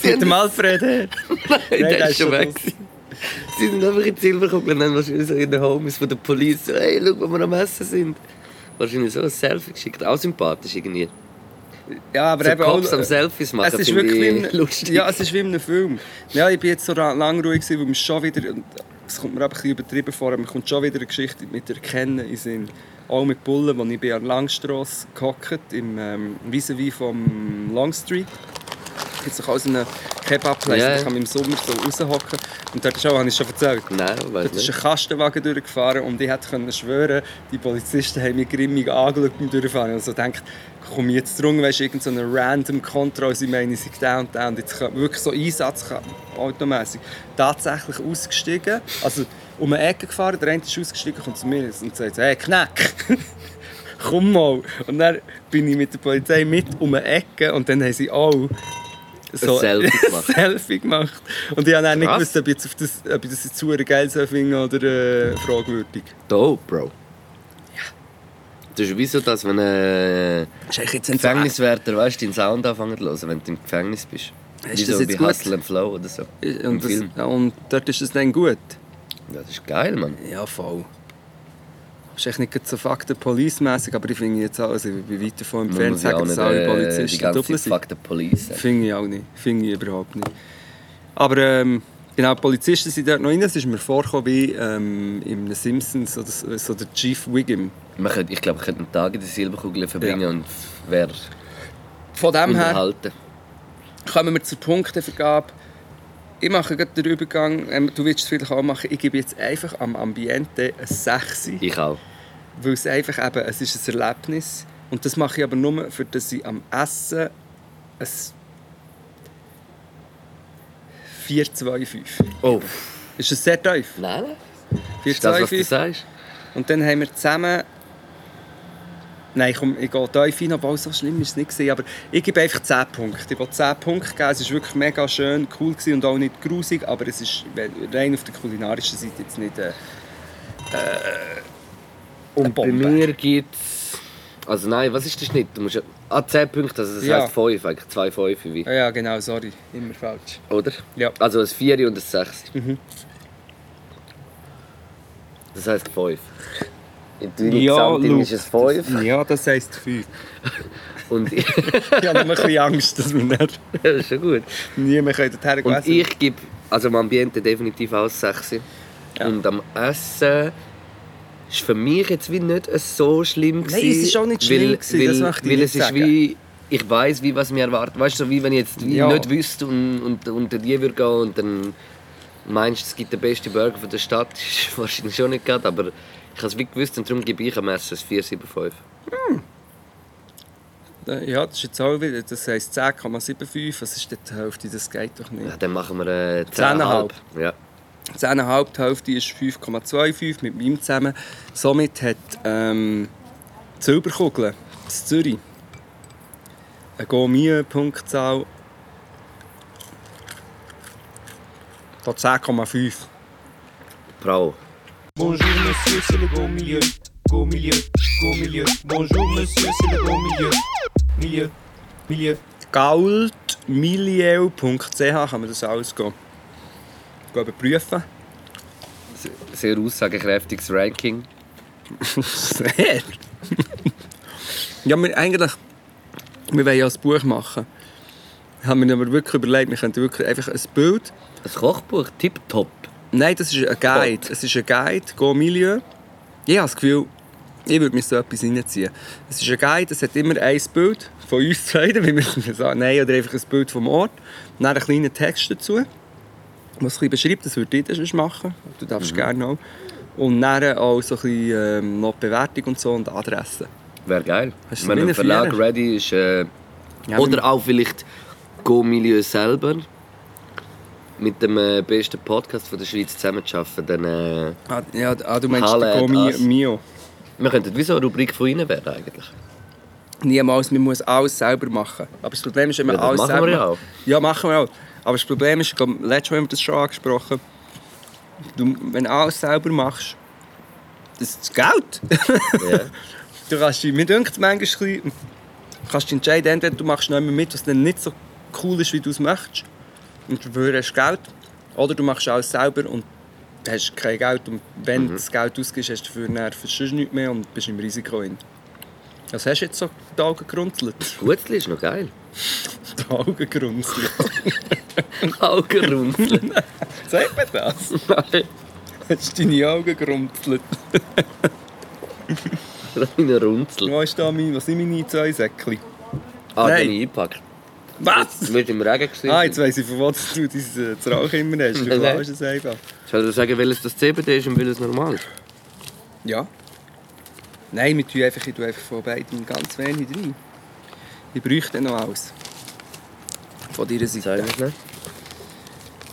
Speaker 5: sie
Speaker 4: Mit
Speaker 5: haben
Speaker 4: dem Alfred her.
Speaker 5: Nein,
Speaker 4: der
Speaker 5: der
Speaker 4: ist
Speaker 5: ist schon
Speaker 4: schon
Speaker 5: weg. Sie sind einfach in die Silberkugel und haben wahrscheinlich so in den Homies von der Polizei so, hey, schau, wo wir am Essen sind. Wahrscheinlich so ein Selfie geschickt. Auch sympathisch irgendwie.
Speaker 4: Ja, aber
Speaker 5: So
Speaker 4: eben auch. äh,
Speaker 5: Cops am Selfies machen,
Speaker 4: Es ist
Speaker 5: finde
Speaker 4: wirklich wie
Speaker 5: ich
Speaker 4: im-
Speaker 5: lustig.
Speaker 4: ja, es ist wie in einem Film. Ja, ich bin jetzt so ra- lang ruhig, gewesen, weil mir schon wieder. und Es kommt mir einfach ein bisschen übertrieben vor, aber mir kommt schon wieder eine Geschichte mit Erkennen in den Sinn. Auch mit Bullen, wo ich bin an der Langstrasse gehockt, im ähm, vis-à-vis vom Longstreet. Gibt es auch so einen Kebab-Place,
Speaker 5: Ja, ja.
Speaker 4: da kann man im Sommer so raushocken. Und dort ist auch, habe ich schon erzählt,
Speaker 5: Nein, weiß
Speaker 4: Dort ist
Speaker 5: nicht.
Speaker 4: ein Kastenwagen durchgefahren und ich hätte können schwören die Polizisten haben mich grimmig angeschaut beim Durchfahren und so gedacht, komm jetzt drunter, weißt du, irgend so eine random Kontrolle, sie meinen, sie sind da und da und jetzt kommt wirklich so Einsatz automässig. Tatsächlich ausgestiegen, also um eine Ecke gefahren, der eine ist ausgestiegen, kommt zu mir und sagt, hey, Knack! Komm mal! Und dann bin ich mit der Polizei mit um eine Ecke und dann haben sie auch
Speaker 5: Ein Selfie gemacht.
Speaker 4: Selfie gemacht. Und ich habe dann nicht
Speaker 5: Krass.
Speaker 4: gewusst, ob ich, jetzt auf das, ob ich das jetzt super geil so finde oder äh, fragwürdig.
Speaker 5: Dope, Bro. Ja. Das ist wie so, dass wenn ein
Speaker 4: Ist eigentlich jetzt
Speaker 5: Gefängniswärter weißt, deinen Sound anfangen zu hören, wenn du im Gefängnis bist.
Speaker 4: Ist
Speaker 5: wie
Speaker 4: das
Speaker 5: so
Speaker 4: jetzt
Speaker 5: bei
Speaker 4: gut?
Speaker 5: Hustle and Flow oder so. im
Speaker 4: Und,
Speaker 5: Film.
Speaker 4: das, und dort ist es dann gut.
Speaker 5: Das ist geil, Mann.
Speaker 4: Ja, voll. Ist echt nicht gerade so fakten policemäßig, aber ich finde jetzt auch, also ich bin weit davon
Speaker 5: Man
Speaker 4: entfernt,
Speaker 5: muss ja auch
Speaker 4: sagen, dass
Speaker 5: nicht,
Speaker 4: alle
Speaker 5: äh, die
Speaker 4: Polizisten
Speaker 5: ganze
Speaker 4: doppelt
Speaker 5: Zeit
Speaker 4: sind.
Speaker 5: «Fuck the Police» sagen.
Speaker 4: Finde ich auch nicht. Finde ich überhaupt nicht. Aber ähm, genau, die Polizisten sind dort noch rein. Es ist mir vorgekommen wie ähm, in Simpsons oder so, so der Chief Wiggum.
Speaker 5: Man könnte, ich glaube, ich könnte einen Tag in der Silberkugel verbringen
Speaker 4: Ja.
Speaker 5: und wäre
Speaker 4: Von dem her
Speaker 5: unterhalten.
Speaker 4: kommen wir zur Punktevergabe. Ich mache gerade den Übergang, ähm, du willst es vielleicht auch machen, ich gebe jetzt einfach am Ambiente ein 6,
Speaker 5: Ich auch.
Speaker 4: weil es einfach eben, es ist ein Erlebnis und das mache ich aber nur, für dass ich am Essen ein 4,25.
Speaker 5: Oh,
Speaker 4: Ist das sehr tief?
Speaker 5: nein, nein. Ist das, was du
Speaker 4: 4,25.
Speaker 5: sagst?
Speaker 4: Und dann haben wir zusammen... Nein, komm, ich gehe tief rein, obwohl so schlimm ist es nicht gewesen, aber ich gebe einfach 10 Punkte. Ich will 10 Punkte geben, es war wirklich mega schön, cool gewesen und auch nicht grusig, aber es ist wenn- rein auf der kulinarischen Seite jetzt nicht... Äh,
Speaker 5: Und bei
Speaker 4: Bombe.
Speaker 5: mir gibt es... Also nein, was ist der Schnitt? Du musst ja... Ah, 10 Punkte, also das
Speaker 4: Ja.
Speaker 5: heisst 5 eigentlich. 2 5 wie,
Speaker 4: ah ja, genau, sorry, immer falsch.
Speaker 5: oder?
Speaker 4: Ja.
Speaker 5: Also ein 4 und ein 6.
Speaker 4: Mhm.
Speaker 5: Das heisst 5. In deinem
Speaker 4: Ja,
Speaker 5: ja, Gesamtin
Speaker 4: Luke,
Speaker 5: ist es 5
Speaker 4: Ja, das heisst 5.
Speaker 5: und ich...
Speaker 4: Ich habe nur ein bisschen Angst, dass wir nicht,
Speaker 5: das ist schon gut.
Speaker 4: nie mehr dorthin gehen
Speaker 5: Und
Speaker 4: können.
Speaker 5: ich gebe also am Ambiente definitiv auch 6. Und am Essen ist für mich jetzt wie nicht so schlimm
Speaker 4: Nein, es ist auch nicht schlimm gewesen, das möchte ich
Speaker 5: weil
Speaker 4: nicht
Speaker 5: es ist
Speaker 4: sagen.
Speaker 5: wie ich weiß, wie was mir erwartet. Weißt du, so wie wenn ich jetzt wie
Speaker 4: Ja.
Speaker 5: nicht wüsste und und unter die würde gehen und dann meinst, es gibt den besten Burger von der Stadt, ist wahrscheinlich schon nicht gerade, aber ich habe es wie gewusst und darum gebe ich am Essen ein 475.
Speaker 4: Äh, Ja, das ist jetzt auch wieder, das heisst 10,75, was ist denn die Hälfte, das geht doch nicht.
Speaker 5: Ja, dann machen wir äh, 10,5.
Speaker 4: 10,5.
Speaker 5: Ja.
Speaker 4: 10,5, die Hälfte ist 5,25 mit meinem zusammen. Somit hat ähm, die Silberkugel, das Zürich, eine Gourmet-Punktzahl von 10,5.
Speaker 5: Bravo.
Speaker 3: Bonjour monsieur, c'est le beau milieu. Beau milieu, beau milieu. Bonjour monsieur, c'est le beau milieu. Milieu, milieu.
Speaker 4: Goldmilieu.ch kann man das alles go, go überprüfen.
Speaker 5: Sehr aussagekräftiges Ranking.
Speaker 4: Sehr. ja, wir eigentlich, wir wollen ja ein Buch machen. Haben wir aber wirklich überlegt, wir könnten wirklich einfach ein Bild.
Speaker 5: Ein Kochbuch, tipptopp.
Speaker 4: Nein, das ist ein Guide. Es ist ein Guide, Go Milieu. Ich habe das Gefühl, ich würde mir so etwas reinziehen. Es ist ein Guide, es hat immer ein Bild von uns beiden, wie wir es sagen. Nein, oder einfach ein Bild vom Ort. Dann einen kleinen Text dazu, was ein bisschen beschreibt, das würde ich dann sonst machen. Du
Speaker 5: Mhm.
Speaker 4: darfst gerne auch. Und dann auch so ein bisschen ähm, noch die Bewertung und so und Adresse.
Speaker 5: Wäre geil.
Speaker 4: Hast du
Speaker 5: Wenn
Speaker 4: so
Speaker 5: ein
Speaker 4: meine
Speaker 5: Verlag
Speaker 4: Vierer?
Speaker 5: ready ist. Äh,
Speaker 4: Ja,
Speaker 5: oder auch vielleicht Go Milieu selber. Mit dem äh, besten Podcast von der Schweiz zusammenzuarbeiten. Dann, äh,
Speaker 4: Ah, ja, ah, du meinst
Speaker 5: Halle
Speaker 4: den
Speaker 5: hat
Speaker 4: Gomi
Speaker 5: das.
Speaker 4: Mio.
Speaker 5: wir könnten wie so eine Rubrik von Ihnen werden eigentlich.
Speaker 4: Niemals, man muss alles selber machen. Aber das Problem ist, wenn man
Speaker 5: Ja, das
Speaker 4: alles
Speaker 5: machen
Speaker 4: selber
Speaker 5: wir ja auch.
Speaker 4: Ja, machen wir auch. Aber das Problem ist, ich glaube, letztes Mal haben wir das schon angesprochen, du, wenn du alles selber machst, das ist das Geld.
Speaker 5: Ja.
Speaker 4: Du kannst dich, mir denkt es manchmal ein bisschen, du kannst dich entscheiden, entweder du machst nicht mehr mit, was dann nicht so cool ist, wie du es möchtest, und dafür hast du Geld, oder du machst alles selber und hast kein Geld und wenn
Speaker 5: Mhm.
Speaker 4: du das Geld ausgibst, hast du dafür dann für sonst nichts mehr und bist im Risiko hin. Das hast du jetzt so die Augen gerunzelt.
Speaker 5: Gutzli ist noch geil.
Speaker 4: Die Augen gerunzelt.
Speaker 5: Augenrunzeln.
Speaker 4: Sagt man das? Hast du deine Augen gerunzelt?
Speaker 5: Eine Runzel.
Speaker 4: Wo ist da mein, was sind meine zwei Säckchen?
Speaker 5: Ah,
Speaker 4: Nein.
Speaker 5: den ich eingepackt.
Speaker 4: Was?
Speaker 5: Wird im Regen gesehen.
Speaker 4: Ah, jetzt weiss ich, von wo du dein äh, Zrauch immer hast. Du
Speaker 5: Nein.
Speaker 4: verlangst es einfach.
Speaker 5: Ich soll dir sagen, welches das CBD ist und welches normal ist.
Speaker 4: Ja. Nein, wir tun einfach, ich tue einfach von beiden ganz wenig rein. Ich bräuchte noch alles. Von deiner
Speaker 5: Sag
Speaker 4: Seite.
Speaker 5: ich nicht.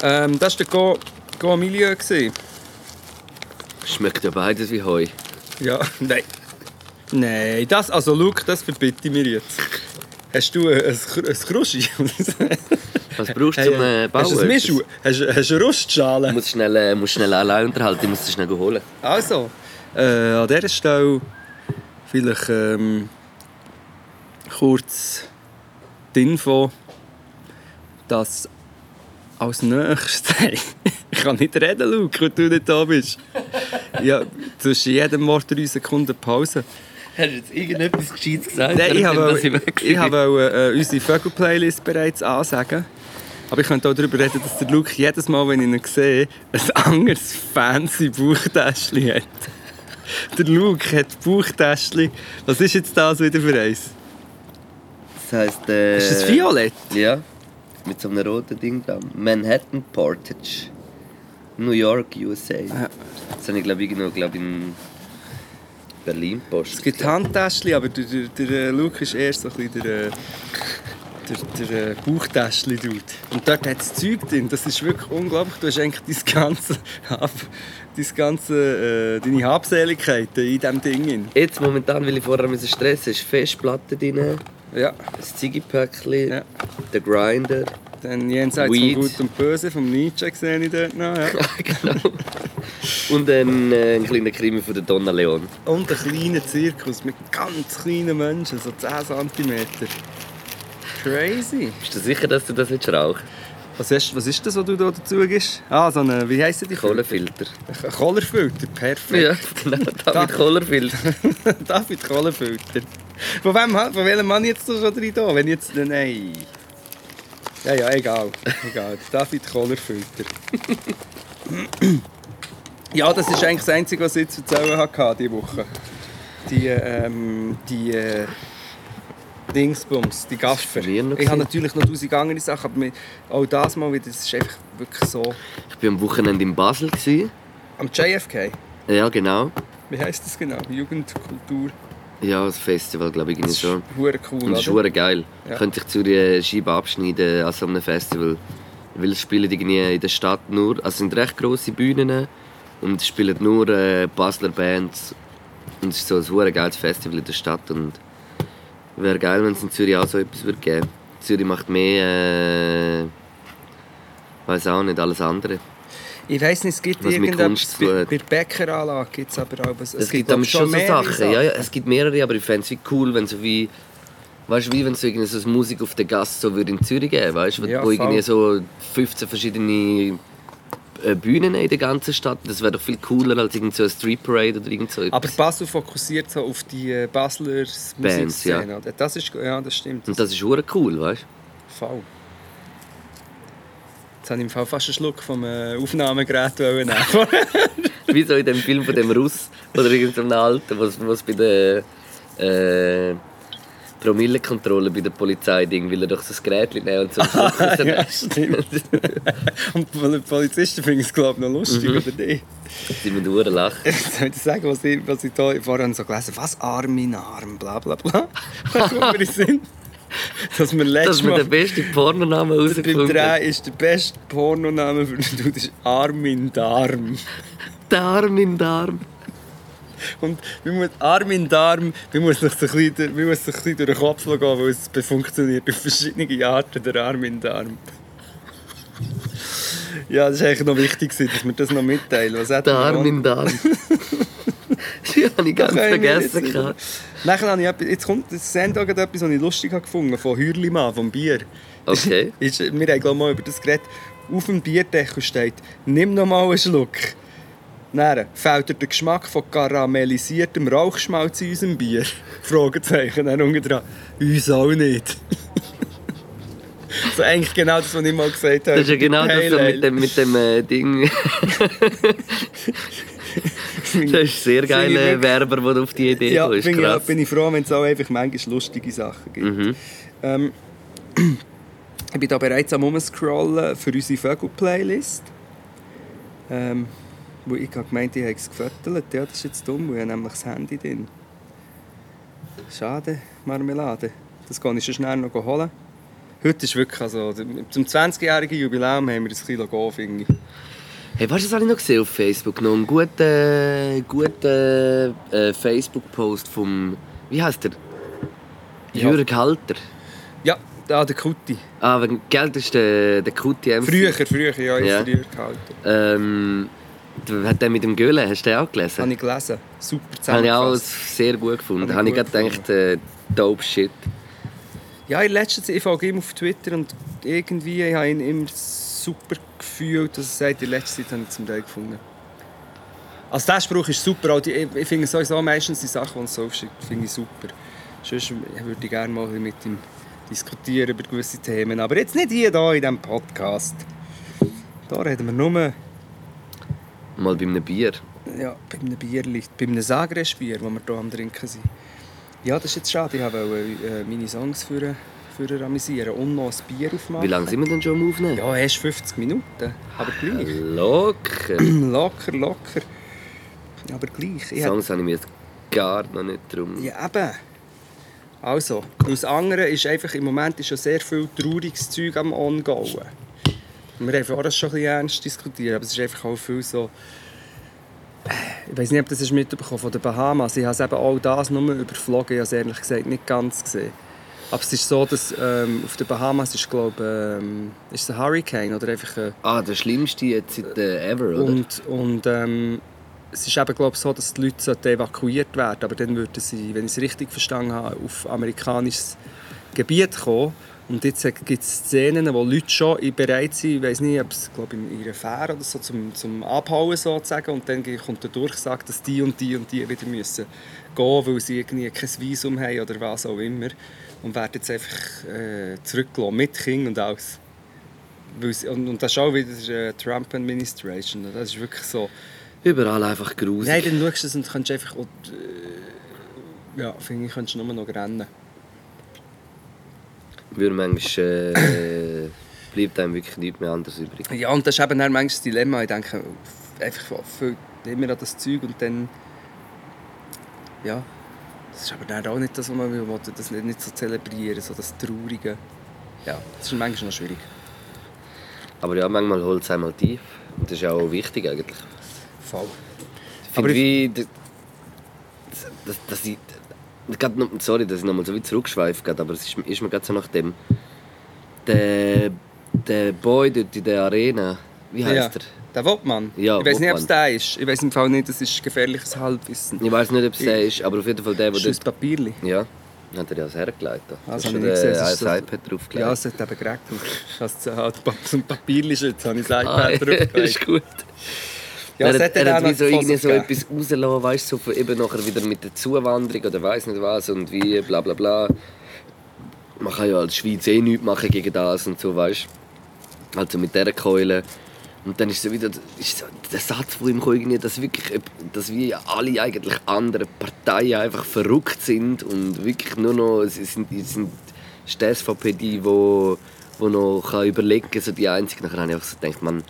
Speaker 4: Ähm, das war der Go, Go Milieu. gewesen.
Speaker 5: Schmeckt ja beides wie Heu.
Speaker 4: Ja, nein. Nein, das, also Luke, das verbitte ich mir jetzt. Hast du äh, ein, ein, Kr- ein Kruschi?
Speaker 5: Was brauchst du zum äh, Bauen?
Speaker 4: Hast du ein Mischu? Hast, du- hast du eine
Speaker 5: Ich
Speaker 4: Rustschale?
Speaker 5: muss schnell, äh, muss schnell allein unterhalten, ich muss es schnell holen.
Speaker 4: Also, äh, an dieser Stelle vielleicht ähm, kurz die Info, dass als nächstes... ich kann nicht reden, Luke, wenn du nicht da bist. Ja, zwischen jedem Wort drei Sekunden Pause.
Speaker 5: Hast du jetzt irgendetwas Gescheites gesagt?
Speaker 4: Nein, ich habe, ich, ich
Speaker 5: habe
Speaker 4: habe äh, unsere Vögel-Playlist bereits ansagen. Aber ich könnte auch darüber reden, dass der Luke jedes Mal, wenn ich ihn sehe, ein anderes fancy Bauchtäschchen hat. Der Luke hat Bauchtäschchen. Was ist jetzt das wieder für eins?
Speaker 5: Das heisst, äh,
Speaker 4: Ist das Violett?
Speaker 5: Ja. Mit so einem roten Ding da. Manhattan Portage. New York, USA. Das habe ich, glaube ich, irgendwo, glaube ich, in Berlin
Speaker 4: Es
Speaker 5: Post.
Speaker 4: gibt Handtäschchen, aber der, der, der äh, Luke ist eher so ein bisschen der, äh, der, der äh, Bauchtäschchen-Dude. Und dort hat es Zeug drin. Das ist wirklich unglaublich. Du hast eigentlich dein ganze, Hab- dein ganze, äh, deine Habseligkeiten in diesem Ding. Drin.
Speaker 5: Jetzt momentan, weil ich vorher müssen stressen musste, ist Festplatte drin,
Speaker 4: Ja,
Speaker 5: ein Ziggipäckchen,
Speaker 4: Ja.
Speaker 5: der Grinder.
Speaker 4: dann jenseits
Speaker 5: Weed.
Speaker 4: von Gut und Böse, vom Nietzsche sehe ich dort noch. Ja.
Speaker 5: genau. Und dann äh, ein kleiner Krimi von der Donna Leon.
Speaker 4: Und einen kleinen Zirkus mit ganz kleinen Menschen, so 10 cm. Crazy.
Speaker 5: Bist du sicher, dass du das nicht rauchst?
Speaker 4: Was ist, was ist das, was du da dazu gibst? Ah, so eine, wie heisst die?
Speaker 5: Kohlenfilter.
Speaker 4: Ein Kohlerfilter, perfekt.
Speaker 5: Ja, genau, David Kohlerfilter.
Speaker 4: David Kohlenfilter. Von, wem, ha- von welchem Mann jetzt da schon drin da? Wenn jetzt. Nein. Ja, ja, egal. egal. David Kohlenfilter. ja, das ist eigentlich das Einzige, was ich jetzt zu erzählen hatte diese Woche. Die, ähm, die, äh, Dingsbums, die Gaffer.
Speaker 5: Das haben wir noch
Speaker 4: Ich habe
Speaker 5: gesehen.
Speaker 4: natürlich noch tausend andere Sachen, aber mir- auch das mal wieder, das ist einfach wirklich so.
Speaker 5: Ich war am Wochenende in Basel. Gewesen.
Speaker 4: Am JFK,
Speaker 5: Ja, genau.
Speaker 4: wie heisst das genau? Jugendkultur,
Speaker 5: Ja, das Festival, glaube ich, ging
Speaker 4: das ist
Speaker 5: schon.
Speaker 4: hure cool,
Speaker 5: Und das ist
Speaker 4: oder?
Speaker 5: hure geil.
Speaker 4: Ja.
Speaker 5: Könnte ich zu der Scheibe abschneiden an so einem Festival. Weil es spielen irgendwie in der Stadt nur, also es sind recht grosse Bühnen und es spielen nur äh, Basler Bands. Und es ist so ein hure geiles Festival in der Stadt und wäre geil, wenn es in Zürich auch so etwas würde geben. Zürich macht mehr, äh, weiß auch nicht, alles andere.
Speaker 4: Ich weiss nicht, es gibt
Speaker 5: Was mit
Speaker 4: irgendetwas,
Speaker 5: Kunst zu tun
Speaker 4: bei,
Speaker 5: hat.
Speaker 4: bei der Bäckeranlage gibt es aber auch... Es,
Speaker 5: Es, gibt
Speaker 4: glaub
Speaker 5: damit schon so
Speaker 4: mehrere
Speaker 5: Sachen. Ja, ja, es gibt mehrere, aber ich fände es wie cool, wenn so wie. Weißt du, wie wenn es so irgendwie so Musik auf der Gasse so würde in Zürich geben weißt, wo,
Speaker 4: Ja,
Speaker 5: wo irgendwie
Speaker 4: voll.
Speaker 5: so 15 verschiedene äh, Bühnen in der ganzen Stadt. Das wäre doch viel cooler als irgend so eine Street Parade oder irgend so etwas.
Speaker 4: Aber Basel fokussiert so auf die äh, Basler Musikszene. oder? Das ist, ja, das stimmt.
Speaker 5: Und das ist hure cool, weißt du?
Speaker 4: Voll. Jetzt habe ich im Fall fast einen Schluck vom äh, Aufnahmegerät wollen nehmen
Speaker 5: Wie so in dem Film von dem Russ oder irgendeinem Alten, was was bei der äh, Promillekontrolle bei der Polizei Ding, will er doch so das Gerät nehmen und so.
Speaker 4: ja, stimmt. Und die Polizisten finden es, glaube ich, noch lustig,
Speaker 5: Mhm.
Speaker 4: oder nicht?
Speaker 5: Die mit hure lachen.
Speaker 4: Jetzt soll ich dir sagen, was ich, was ich da vorhin so gelesen habe. Was Arm in Arm, bla bla bla. Was kommt mir in den Sinn? Dass wir
Speaker 5: Das ist
Speaker 4: letztes
Speaker 5: mir
Speaker 4: Mal
Speaker 5: der beste Pornoname
Speaker 4: beim
Speaker 5: rausgefunden.
Speaker 4: Dreh ist der beste Pornoname für einen Dude ist Arm in Darm.
Speaker 5: Darm in Darm.
Speaker 4: Und man muss Arm in Darm, man muss sich so ein bisschen, durch- man muss sich ein bisschen durch den Kopf gehen, weil es funktioniert auf verschiedene Arten, der Arm in Darm. Ja, das war eigentlich noch wichtig, gewesen, dass wir das noch mitteilen. Was hat
Speaker 5: Darm in Darm. Die habe ich ganz
Speaker 4: Okay,
Speaker 5: vergessen.
Speaker 4: wir
Speaker 5: gehabt.
Speaker 4: Nachher habe ich etwas, jetzt kommt das Sendung etwas, was ich lustig habe gefunden von Hürlimann, vom Bier.
Speaker 5: Okay.
Speaker 4: Ist, wir haben glaube ich, mal über das geredet. Auf dem Bierdeckel steht, nimm noch mal einen Schluck. Dann fällt dir der Geschmack von karamellisiertem Rauchschmalz in unserem Bier? Fragezeichen. Dann unten dran, uns auch nicht. so eigentlich genau das, was ich mal gesagt habe.
Speaker 5: Das ist ja genau das so
Speaker 4: Pale Ale.
Speaker 5: mit dem, mit dem äh, Ding. das ist sehr
Speaker 4: Finde ich
Speaker 5: geiler
Speaker 4: wirklich-
Speaker 5: Werber, der auf die Idee
Speaker 4: Ja,
Speaker 5: kam. Ist
Speaker 4: bin, ich,
Speaker 5: krass. Mhm.
Speaker 4: bin ich froh, wenn es auch einfach manchmal lustige Sachen gibt. Ähm, ich bin da bereits am Umscrollen für unsere Vögel-Playlist. Ähm, wo ich habe gemeint, ich habe es gefüttert. Ja, das ist jetzt dumm, weil ich habe nämlich das Handy drin. Schade, Marmelade. Das kann ich schon schnell noch holen. Heute ist wirklich also, zum 20-jährigen Jubiläum haben wir ein Kilo gehen, finde ich.
Speaker 5: Hey, weißt du, was habe ich noch gesehen auf Facebook? Noch einen guten, äh, guten äh, Facebook-Post vom. Wie heißt der?
Speaker 4: Ja.
Speaker 5: Jürg Halter.
Speaker 4: Ja, da der Kuti.
Speaker 5: Ah, wegen Geld ist der, der QTM.
Speaker 4: Früher, früher, ja, ich
Speaker 5: Ja.
Speaker 4: ja. früher gehalten.
Speaker 5: Ähm, du- hat der mit dem Göhle, hast du den auch gelesen?
Speaker 4: Habe ich gelesen. Super
Speaker 5: Habe ich auch
Speaker 4: zusammengefasst.
Speaker 5: sehr gut gefunden.
Speaker 4: Habe
Speaker 5: Habe
Speaker 4: ich
Speaker 5: ich
Speaker 4: gut
Speaker 5: gerade gedacht, äh, dope shit.
Speaker 4: Ja, in letzter Zeit, ich folge ihm auf Twitter und irgendwie ich habe ich ihn immer super gefühlt, dass er sagt, in letzter Zeit habe ich zum Teil gefunden. Also der Spruch ist super, auch die, ich, ich finde sowieso meistens die Sachen, die er so schickt, finde ich super. Sonst würde ich gerne mal ein bisschen mit ihm diskutieren über gewisse Themen, aber jetzt nicht hier, da in diesem Podcast. Da reden wir nur
Speaker 5: Mal bei einem Bier.
Speaker 4: ja, bei einem Bierli, bei einem Sagres-Bier, das wir hier am Trinken sind. Ja, das ist jetzt schade, ich wollte äh, meine Songs für, für amüsieren und noch ein Bier aufmachen.
Speaker 5: Wie lange sind wir denn schon am Aufnehmen?
Speaker 4: Ja, erst 50 Minuten. Aber gleich.
Speaker 5: Locker.
Speaker 4: Locker, locker. Aber gleich. Ich hätte-
Speaker 5: Songs habe ich mir jetzt gar noch nicht drum.
Speaker 4: ja, eben. Also, das andere ist einfach, im Moment ist schon sehr viel trauriges Zeug am Ongoing. Wir haben vorher schon ein bisschen ernst diskutiert, aber es ist einfach auch viel so... äh, Ich weiß nicht, ob das ist mitbekommen von den Bahamas. Ich habe es eben auch das nur überflogen. Ich habe es ehrlich gesagt nicht ganz gesehen. Aber es ist so, dass ähm, auf den Bahamas ist, glaube ich, ähm, ist es ein Hurricane oder einfach ein...
Speaker 5: Ah, der schlimmste jetzt seit äh, ever, oder?
Speaker 4: Und, und ähm, es ist eben glaube ich, so, dass die Leute sollten evakuiert werden aber dann würden sie, wenn ich es richtig verstanden habe, auf amerikanisches Gebiet kommen. Und jetzt gibt es Szenen, wo Leute schon i- bereit sind, ich weiß nicht, ob es glaube ich, in ihrer Fähre oder so, zum, zum Abhauen sozusagen. Und dann kommt der Durchsage, dass die und die und die wieder müssen gehen, weil sie irgendwie kein Visum haben oder was auch immer. Und werden jetzt einfach äh, zurückgelassen, mit Kind und alles. Weil sie- Und, und das ist auch wieder äh, Trump-Administration. Das ist wirklich so. Also
Speaker 5: Überall einfach grusig.
Speaker 4: Nein, dann schaust du es und kannst einfach. auch, Äh, ja, finde ich, kannst du nur noch rennen.
Speaker 5: würde manchmal, äh, bleibt einem wirklich nichts mehr anderes übrig.
Speaker 4: Ja, und das ist eben dann manchmal das Dilemma. Ich denke, einfach oh, viel immer an das Zeug und dann. Ja. Das ist aber dann auch nicht das, was man will. Man will das nicht, nicht so zelebrieren, so das Traurige. Ja, das ist manchmal noch schwierig.
Speaker 5: Aber ja, manchmal holt es einmal tief. Und das ist ja auch wichtig eigentlich.
Speaker 4: Voll.
Speaker 5: Aber wie... Das, das, das, ich, ich grad noch, sorry, dass ich nochmal so weit zurückschweife, grad, aber es ist, ist mir gerade so nach dem... Der, der Boy dort in der Arena, wie heißt
Speaker 4: ja.
Speaker 5: er?
Speaker 4: Der Wobmann.
Speaker 5: Ja,
Speaker 4: ich weiß nicht, ob es
Speaker 5: Wobmann.
Speaker 4: der ist. Ich weiß im Fall nicht, das ist gefährliches Halbwissen.
Speaker 5: Ich weiß nicht, ob es der ist, aber auf jeden Fall der, der
Speaker 4: Das ist
Speaker 5: dort...
Speaker 4: ein Papierli.
Speaker 5: Ja, hat er ja das hergelegt. da. Du
Speaker 4: Ah, das
Speaker 5: hast
Speaker 4: habe ich
Speaker 5: ja
Speaker 4: nicht gesehen, das
Speaker 5: ein
Speaker 4: ist so-
Speaker 5: iPad draufgelegt.
Speaker 4: Ja, es hat eben geregnet. Das hat so ein Papierli jetzt, habe ich das
Speaker 5: Ah,
Speaker 4: iPad draufgelegt.
Speaker 5: ist gut.
Speaker 4: Ja,
Speaker 5: er,
Speaker 4: es
Speaker 5: hat,
Speaker 4: hat
Speaker 5: er
Speaker 4: dann
Speaker 5: hat
Speaker 4: auch
Speaker 5: wie
Speaker 4: noch
Speaker 5: so,
Speaker 4: die
Speaker 5: irgendwie so
Speaker 4: Fotos
Speaker 5: etwas rausgelassen, weißt du, so von eben nachher wieder mit der Zuwanderung oder weiß nicht was und wie, bla bla bla. Man kann ja als Schweiz eh nichts machen gegen das und so, weißt du. Also mit dieser Keule. Und dann ist so wieder ist so der Satz von ihm gekommen, irgendwie, dass wirklich, ob- dass wir alle eigentlich anderen Parteien einfach verrückt sind und wirklich nur noch, es sind, es sind es ist die SVP die, wo, wo noch kann überlegen kann, so die einzige. Nachher habe ich einfach so gedacht, man,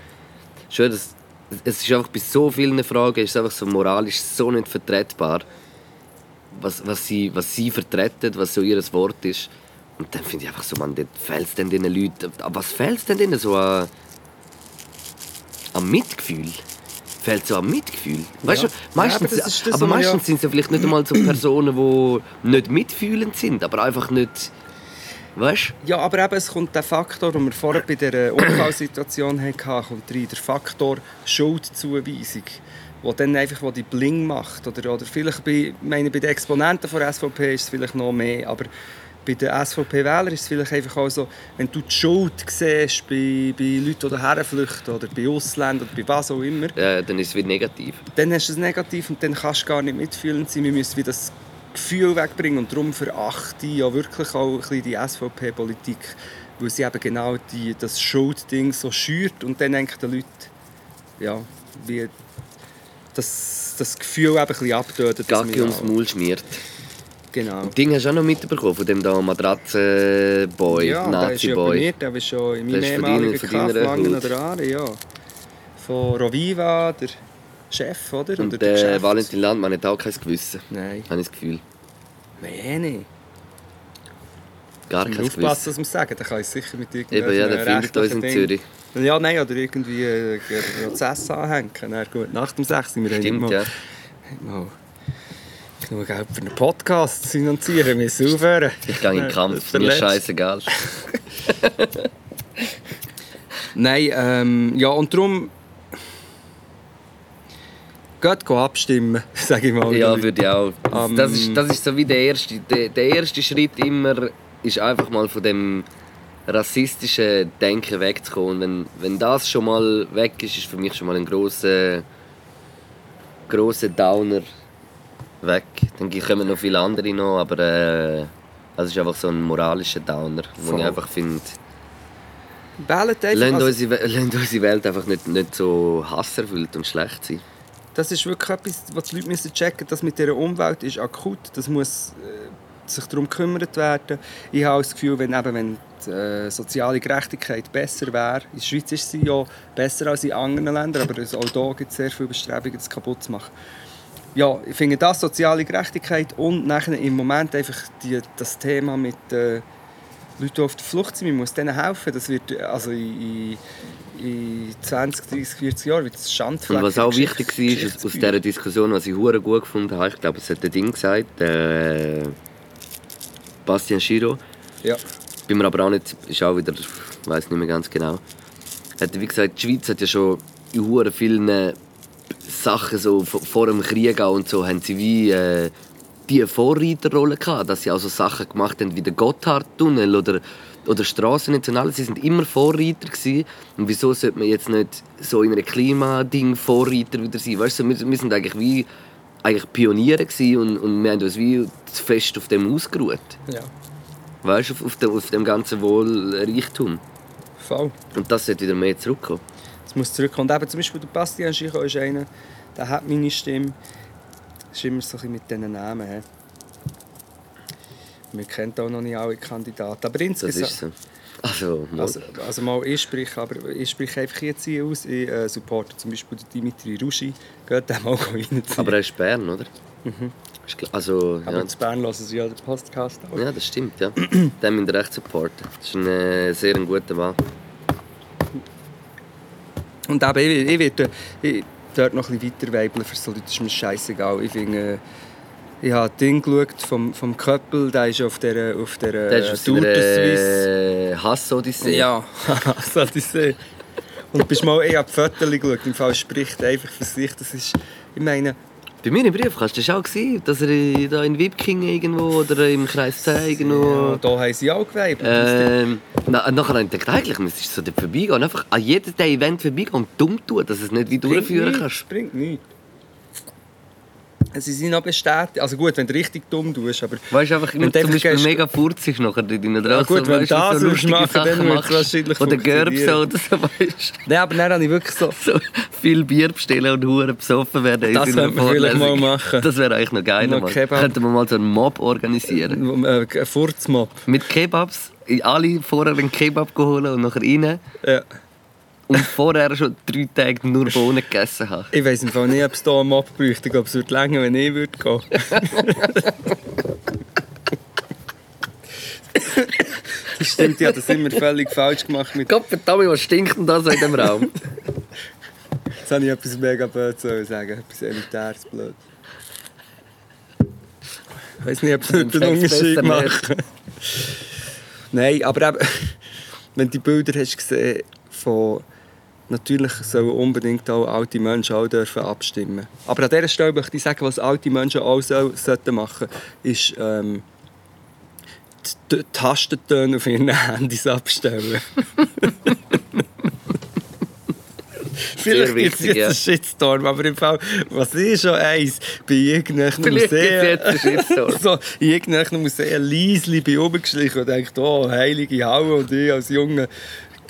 Speaker 5: schön, dass es ist einfach bei so vielen Fragen ist es einfach so moralisch so nicht vertretbar, was, was, sie, was sie vertreten, was so ihr Wort ist. Und dann finde ich einfach so, man, fällt es denn diesen Leuten, an was fällt es denn denen so an, an Mitgefühl? Fällt so an Mitgefühl? Weißt
Speaker 4: Ja.
Speaker 5: du,
Speaker 4: Ja,
Speaker 5: meistens,
Speaker 4: aber das ist das,
Speaker 5: aber
Speaker 4: was man ja-
Speaker 5: meistens sind es ja vielleicht nicht einmal so Personen, die nicht mitfühlend sind, aber einfach nicht, weißt du?
Speaker 4: Ja, aber eben, es kommt der Faktor, den wir vorher bei der äh, Unfallsituation hatten, kommt rein, der Faktor Schuldzuweisung, der dann einfach wo die Bling macht. Oder, oder vielleicht bei, ich meine, bei den Exponenten der SVP ist es vielleicht noch mehr, aber bei den SVP-Wählern ist es vielleicht einfach auch so, wenn du die Schuld siehst bei, bei Leuten, die herflüchten oder bei Ausländern oder bei was auch immer,
Speaker 5: Äh, dann ist es wieder negativ.
Speaker 4: dann hast du es negativ und dann kannst du gar nicht mitfühlend sein. Wir müssen wieder das Gefühl wegbringen und darum verachte ich ja wirklich auch ein bisschen die SVP-Politik, weil sie eben genau die, das Schuldding so schürt und dann denken die Leute, ja, wie das, das Gefühl eben ein bisschen abtötet. dass
Speaker 5: Gacki
Speaker 4: wir
Speaker 5: ums
Speaker 4: auch-
Speaker 5: Maul schmiert.
Speaker 4: Genau.
Speaker 5: Ding hast du auch noch mitbekommen von dem da Matratzenboy,
Speaker 4: ja, der ist ja bei mir,
Speaker 5: Nazi-Boy.
Speaker 4: der ist schon in
Speaker 5: Der
Speaker 4: meinem
Speaker 5: ist von
Speaker 4: ehemaligen
Speaker 5: deiner- von deiner
Speaker 4: Kraftwagen
Speaker 5: Haut.
Speaker 4: oder Aare, ja. Von Roviva, der Chef, oder?
Speaker 5: Und
Speaker 4: oder der
Speaker 5: der
Speaker 4: Geschäfts-
Speaker 5: Valentin Landmann hat auch kein Gewissen,
Speaker 4: Nein,
Speaker 5: habe ich das Gefühl.
Speaker 4: mehr nicht.
Speaker 5: Gar
Speaker 4: Ich
Speaker 5: kein
Speaker 4: muss aufpassen,
Speaker 5: Gewissen.
Speaker 4: was wir sagen. Dann kann ich sicher mit irgendeinem
Speaker 5: Eben, ja, der findet uns in
Speaker 4: rechtlichen Ding-
Speaker 5: Zürich.
Speaker 4: Ja, nein, oder irgendwie äh, einen Prozess anhängen. Na gut, nach dem 6. Wir haben
Speaker 5: Stimmt,
Speaker 4: mal,
Speaker 5: ja.
Speaker 4: mal genug Geld für einen Podcast zu finanzieren. Wir müssen aufhören.
Speaker 5: Ich gehe in den Kampf, mir
Speaker 4: Verletzt.
Speaker 5: scheißegal.
Speaker 4: Nein, ähm, ja, und darum... Geht go abstimmen, sage ich mal.
Speaker 5: Ja, würde ich auch.
Speaker 4: Ähm.
Speaker 5: Das ist, das ist so wie der erste, der, der erste Schritt immer, ist einfach mal von dem rassistischen Denken wegzukommen. Und wenn, wenn das schon mal weg ist, ist für mich schon mal ein grosser, grosser Downer weg. Dann kommen noch viele andere noch, aber äh, das ist einfach so ein moralischer Downer, wo
Speaker 4: Voll.
Speaker 5: ich einfach finde,
Speaker 4: Wählt einfach...
Speaker 5: lasst
Speaker 4: also-
Speaker 5: unsere, We- lasst unsere Welt einfach nicht, nicht so hasserfüllt und schlecht sein.
Speaker 4: Das ist wirklich etwas, was die Leute müssen checken müssen. Das mit dieser Umwelt ist akut. Das muss äh, sich darum gekümmert werden. Ich habe auch das Gefühl, wenn, eben, wenn die äh, soziale Gerechtigkeit besser wäre, in der Schweiz ist sie ja besser als in anderen Ländern, aber es- auch hier gibt es sehr viele Bestrebungen, das kaputt zu machen. Ja, ich finde das soziale Gerechtigkeit und nachher im Moment einfach die, das Thema mit äh, Leuten, die auf der Flucht sind, man muss denen helfen. Das wird also in, in, in 20, 30, 40 Jahren wird es Schandfleck.
Speaker 5: Und was auch
Speaker 4: in der
Speaker 5: wichtig
Speaker 4: Geschichte-
Speaker 5: war aus, aus dieser Diskussion, was ich hure gut gefunden habe, ich glaube, es hat der Ding gesagt, äh, Bastian Schiro,
Speaker 4: Ja.
Speaker 5: bin mir aber auch nicht, ist auch wieder, ich weiß nicht mehr ganz genau, hat er wie gesagt, die Schweiz hat ja schon in hure vielen Sachen so v- vor dem Krieg auch und so haben sie wie äh, die Vorreiterrolle gehabt, dass sie auch so Sachen gemacht haben wie der Gotthardtunnel oder oder Straßen und alles. Sie sind immer Vorreiter gewesen. und wieso sollte man jetzt nicht so in einem Klimading Vorreiter wieder sein? Weißt du, wir, wir sind eigentlich wie eigentlich Pioniere gewesen und, und wir haben uns wie zu fest auf dem ausgeruht.
Speaker 4: Ja,
Speaker 5: Weißt du, auf, auf, dem, auf dem ganzen Wohlreichtum.
Speaker 4: voll.
Speaker 5: Und das sollte wieder mehr zurückkommen.
Speaker 4: Es muss zurückkommen. Und eben zum Beispiel der Bastian Schicho ist einer, der hat meine Stimme. Das ist immer so ein bisschen mit diesen Namen. hä. wir kennen auch noch nicht alle Kandidaten. Aber
Speaker 5: Das
Speaker 4: insgesamt...
Speaker 5: ist so. Also, mal.
Speaker 4: Also, also mal, ich spreche, aber ich spreche einfach jetzt hier aus. Ich äh, supporte zum Beispiel den Dimitri Ruschi. Geht dem auch reinziehen.
Speaker 5: aber er ist Bern, oder? Ist klar- Also,
Speaker 4: Mhm. aber
Speaker 5: ja,
Speaker 4: in Bern hören sie ja den Podcast auch.
Speaker 5: ja, das stimmt, ja. Den müsst ihr echt supporten. Das ist ein äh, sehr ein guter Mann.
Speaker 4: Und eben, ich, ich werde ich dort noch ein bisschen weiter weibeln für so Leute, ist mir scheißegal. Ich finde, äh, ich habe das Ding geschaut vom, vom Köppel, der ist auf der, auf der,
Speaker 5: Der ist aus
Speaker 4: Äh, Tour
Speaker 5: seiner
Speaker 4: de Suisse.
Speaker 5: äh, Hass-Odyssee.
Speaker 4: Ja, das ich sehen. Und bist mal, ich habe die Fotos geschaut, im Fall spricht einfach für sich. Das ist, ich meine,
Speaker 5: Bei mir im Brief kannst du das auch sehen, dass er in- da in Wipking irgendwo oder im Kreis 10
Speaker 4: ja,
Speaker 5: irgendwo...
Speaker 4: da haben sie auch geweibelt.
Speaker 5: Ähm, na, nachher habe ich gedacht, eigentlich müsstest du so dort vorbeigehen. Einfach an jedem der Event vorbeigehen und dumm tun, dass du es nicht wie durchführen
Speaker 4: nichts,
Speaker 5: kannst.
Speaker 4: bringt nichts. Sie sind noch bestätigt. Also gut, wenn du richtig dumm tust, aber...
Speaker 5: Weißt du, einfach, wenn
Speaker 4: Und
Speaker 5: du
Speaker 4: einfach
Speaker 5: zum Beispiel
Speaker 4: gehst-
Speaker 5: mega furzig nachher dort drin. Oder
Speaker 4: Ja,
Speaker 5: auch
Speaker 4: gut, wenn
Speaker 5: weisst
Speaker 4: du das würdest
Speaker 5: lustige
Speaker 4: machen, dann
Speaker 5: Sachen
Speaker 4: würde es
Speaker 5: machst.
Speaker 4: wahrscheinlich
Speaker 5: Oder Gerbsen
Speaker 4: funktionieren.
Speaker 5: oder so, weißt
Speaker 4: Nein, aber dann habe ich wirklich so...
Speaker 5: du. So viel Bier bestellen und Huren besoffen werden in
Speaker 4: Das
Speaker 5: seiner
Speaker 4: könnte man vielleicht
Speaker 5: Vorlesung.
Speaker 4: mal machen.
Speaker 5: Das wäre eigentlich noch geil.
Speaker 4: Noch
Speaker 5: Mann.
Speaker 4: Kebab.
Speaker 5: Könnten wir mal so einen Mob organisieren.
Speaker 4: Äh, ein Furzmob.
Speaker 5: Mit Kebabs. Alle vorher einen Kebab holen und nachher rein.
Speaker 4: Ja.
Speaker 5: Und vorher schon drei Tage nur Bohnen gegessen haben.
Speaker 4: Ich weiß im Fall nicht, ob es hier einen Mob bräuchte. Ich glaube, es würde länger, wenn ich würde gehen. das stimmt, ich habe das immer völlig falsch gemacht. Mit,
Speaker 5: Gott verdammt, was stinkt denn da so in dem Raum?
Speaker 4: jetzt habe ich etwas mega blöd sollen sagen. Etwas elitäres blöd. Ich weiß nicht, ob es heute einen
Speaker 5: Fängt's
Speaker 4: Unterschied
Speaker 5: besser
Speaker 4: macht.
Speaker 5: nicht.
Speaker 4: Nein, aber eben, wenn du die Bilder hast gesehen von natürlich sollen unbedingt auch alte Menschen auch dürfen abstimmen. Aber an dieser Stelle möchte ich sagen, was alte Menschen auch so, sollten machen, ist ähm, die, die Tastentöne auf ihren Handys abstellen. Vielleicht gibt es
Speaker 5: wichtig,
Speaker 4: jetzt
Speaker 5: ja.
Speaker 4: einen Shitstorm, aber im Fall, was ist schon eins, bei irgendeinem
Speaker 5: Vielleicht gibt's
Speaker 4: Museum...
Speaker 5: jetzt einen Shitstorm.
Speaker 4: so, in irgendeinem Museum leise bin rumgeschlichen und denkt, oh, heilige Haue und ich als Junge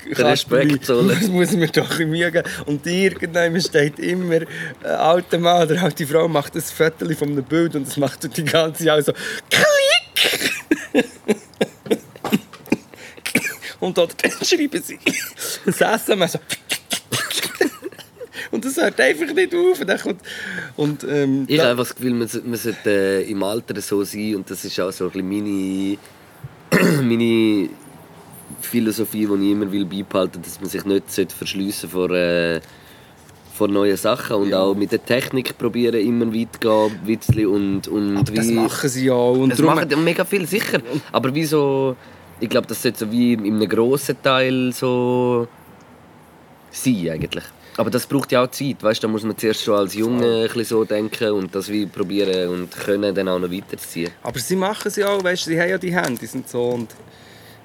Speaker 5: Respekt zollen.
Speaker 4: das muss mir doch ein bisschen Mühe geben. Und irgendjemand steht immer, ein alter Mann oder halt die Frau macht ein Foto von einem Bild und das macht die ganze Zeit so «Klick!» Und dort schreiben sie ein SMS so Und das hört einfach nicht auf. Und, dann kommt, und ähm,
Speaker 5: Ich
Speaker 4: da-
Speaker 5: habe einfach das Gefühl, man, so- man sollte äh, im Alter so sein und das ist auch so ein bisschen meine, meine Philosophie, die ich immer will beibehalten will, dass man sich nicht sollte verschliessen vor, äh, vor neuen Sachen und auch mit der Technik probieren, immer weit gehen, ein bisschen und, und
Speaker 4: Das
Speaker 5: wie-
Speaker 4: machen sie ja. Und
Speaker 5: das
Speaker 4: darum-
Speaker 5: machen ja mega viel, sicher. Aber wie so, ich glaube, das sollte so wie in einem grossen Teil so sein eigentlich. Aber das braucht ja auch Zeit, weißt? Da muss man zuerst schon als Junge ein bisschen so denken und das wie probieren und können dann auch noch weiterziehen.
Speaker 4: Aber sie machen es ja auch, weißt du, sie haben ja die Handys und so. Und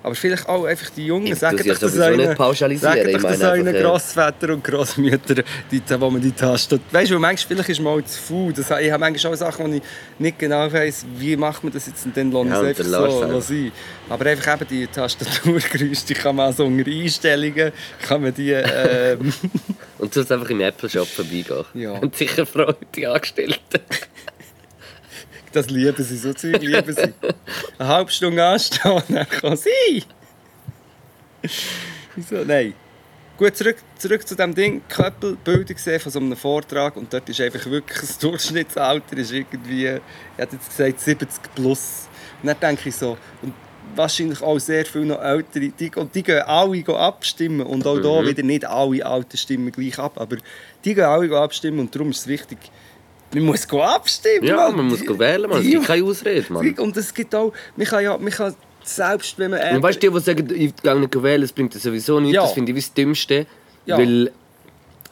Speaker 4: aber vielleicht auch einfach die Jungen,
Speaker 5: Ich
Speaker 4: sagen
Speaker 5: tu's ja
Speaker 4: doch das
Speaker 5: sowieso nicht
Speaker 4: einen,
Speaker 5: pauschalisieren,
Speaker 4: sagen
Speaker 5: ich
Speaker 4: doch das
Speaker 5: meine
Speaker 4: einen
Speaker 5: einfach, äh,
Speaker 4: Grossväter und Grossmütter, die, wo man die Tasten... Weißt du, weil manchmal vielleicht ist man auch zu faul. Das, ich habe manchmal auch Sachen, wo ich nicht genau weiss, wie macht man das jetzt und dann lasse
Speaker 5: Ja, und
Speaker 4: ich es
Speaker 5: dann
Speaker 4: einfach
Speaker 5: lass
Speaker 4: so
Speaker 5: es einfach.
Speaker 4: lass sein. Aber einfach eben die Tastaturgeräusche, die kann man also unter Einstellungen, kann man die... ähm,
Speaker 5: Und sonst einfach im Apple Shop vorbeigehen.
Speaker 4: Ja.
Speaker 5: Und sicher freuen die Angestellten.
Speaker 4: das lieben sie, so Zeug lieben sie. Eine halbe Stunde anstehen und dann kann sie. Wieso? Nein. Gut, zurück, zurück zu dem Ding. Köppel, Bilder gesehen von so einem Vortrag und dort ist einfach wirklich das Durchschnittsalter ist irgendwie, ich hätte jetzt gesagt 70 plus. Und dann denke ich so, und wahrscheinlich auch sehr viele noch Ältere, die, und die gehen alle gehen abstimmen und auch
Speaker 5: Mhm.
Speaker 4: da wieder nicht alle Alten stimmen gleich ab, aber die gehen alle gehen abstimmen und darum ist es wichtig, man muss gehen abstimmen.
Speaker 5: Ja,
Speaker 4: Mann.
Speaker 5: man muss
Speaker 4: Die-
Speaker 5: wählen, man. Es
Speaker 4: die-
Speaker 5: gibt keine Ausrede, Mann.
Speaker 4: Und es gibt auch, man kann ja, man kann selbst wenn man...
Speaker 5: Und weißt du, die, die sagen, ich gehe nicht wählen, das bringt dir sowieso nichts,
Speaker 4: Äh, Ja.
Speaker 5: das finde ich wie das Dümmste.
Speaker 4: Ja.
Speaker 5: Weil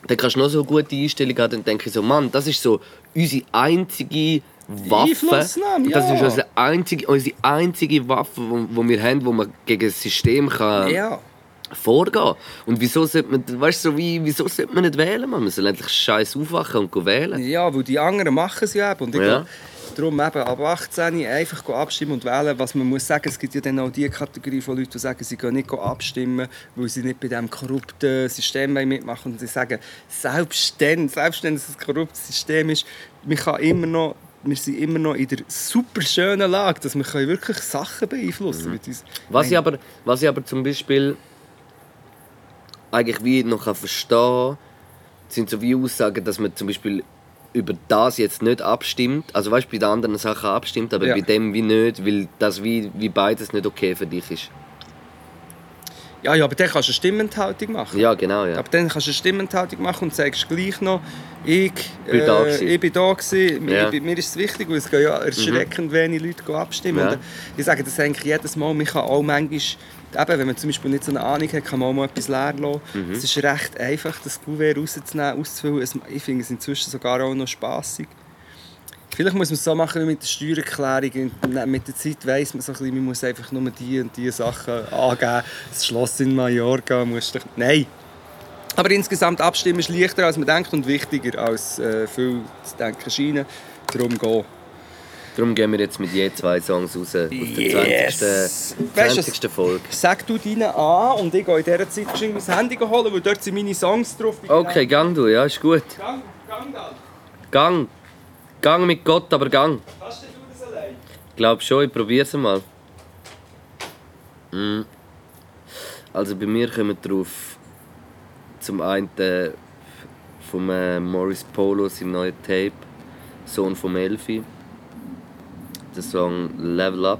Speaker 5: dann kannst du noch so eine gute Einstellung haben, dann denke ich so, Mann, das ist so unsere einzige Waffe.
Speaker 4: Einflussnahme,
Speaker 5: Das
Speaker 4: ja.
Speaker 5: ist unsere einzige, unsere einzige Waffe, die wir haben, wo man gegen das System kann
Speaker 4: ja.
Speaker 5: vorgehen Und wieso sollte man, weißt du, so wie, wieso sollte man nicht wählen, Mann? Man soll endlich scheiß aufwachen und gehen wählen.
Speaker 4: Ja, weil die anderen machen es ja eben. Und ich
Speaker 5: Ja.
Speaker 4: glaub, darum eben ab 18 einfach go abstimmen und wählen. Was man muss sagen, es gibt ja dann auch die Kategorie von Leuten, die sagen, sie gehen nicht go abstimmen, weil sie nicht bei diesem korrupten System wollen mitmachen Und sie sagen, selbst dann, selbst wenn es ein korruptes System ist, man kann immer noch wir sind immer noch in der super schönen Lage, dass wir können wirklich Sachen beeinflussen können. mit uns.
Speaker 5: Mhm. Was ich, aber, was ich aber zum Beispiel eigentlich wie noch kann verstehen kann, sind so wie Aussagen, dass man zum Beispiel über das jetzt nicht abstimmt. Also weißt du, bei den anderen Sachen abstimmt, aber
Speaker 4: Ja.
Speaker 5: bei dem wie nicht, weil das wie, wie beides nicht okay für dich ist.
Speaker 4: Ja, ja, aber dann kannst du eine Stimmenthaltung machen.
Speaker 5: Ja, genau, ja.
Speaker 4: Aber dann kannst du eine Stimmenthaltung machen und sagst gleich noch, ich
Speaker 5: Bin da
Speaker 4: äh,
Speaker 5: gewesen.
Speaker 4: ich bin da gewesen,
Speaker 5: Ja. Mhm.
Speaker 4: mir, mir ist es wichtig, weil es gehen ja erschreckend wenige Leute gehen abstimmen.
Speaker 5: Ja.
Speaker 4: Und äh, ich sage das eigentlich jedes Mal, man kann auch manchmal, eben, wenn man zum Beispiel nicht so eine Ahnung hat, kann man auch mal etwas leer lassen.
Speaker 5: Mhm.
Speaker 4: Es ist recht einfach, das Kuvert rauszunehmen, auszufüllen. Es, ich finde es inzwischen sogar auch noch spassig. Vielleicht muss man es so machen wie mit der Steuererklärung. Und Mit der Zeit weiss man so ein bisschen, man muss einfach nur die und die Sachen angeben. Das Schloss in Mallorca musst du... Nein! Aber insgesamt abstimmen ist leichter, als man denkt und wichtiger, als äh, viel zu denken scheinen. Darum gehen.
Speaker 5: Darum gehen wir jetzt mit je zwei Songs raus aus der
Speaker 4: Yes!
Speaker 5: 20.
Speaker 4: Weißt du,
Speaker 5: 20. Folge.
Speaker 4: Sag du deine an und ich gehe in dieser Zeit schnell mein Handy holen, weil dort sind meine Songs drauf.
Speaker 5: Okay, gang du, ja, ist gut.
Speaker 4: Gang, gang da.
Speaker 5: Gang. Gang mit Gott, aber gang.
Speaker 4: Kannst du das allein?
Speaker 5: Ich glaube schon, ich probiere es mal. Mm. Also bei mir kommen drauf zum einen äh, vom äh, Morris Polo sein neues Tape, Sohn vom Elfi. Der Song Level Up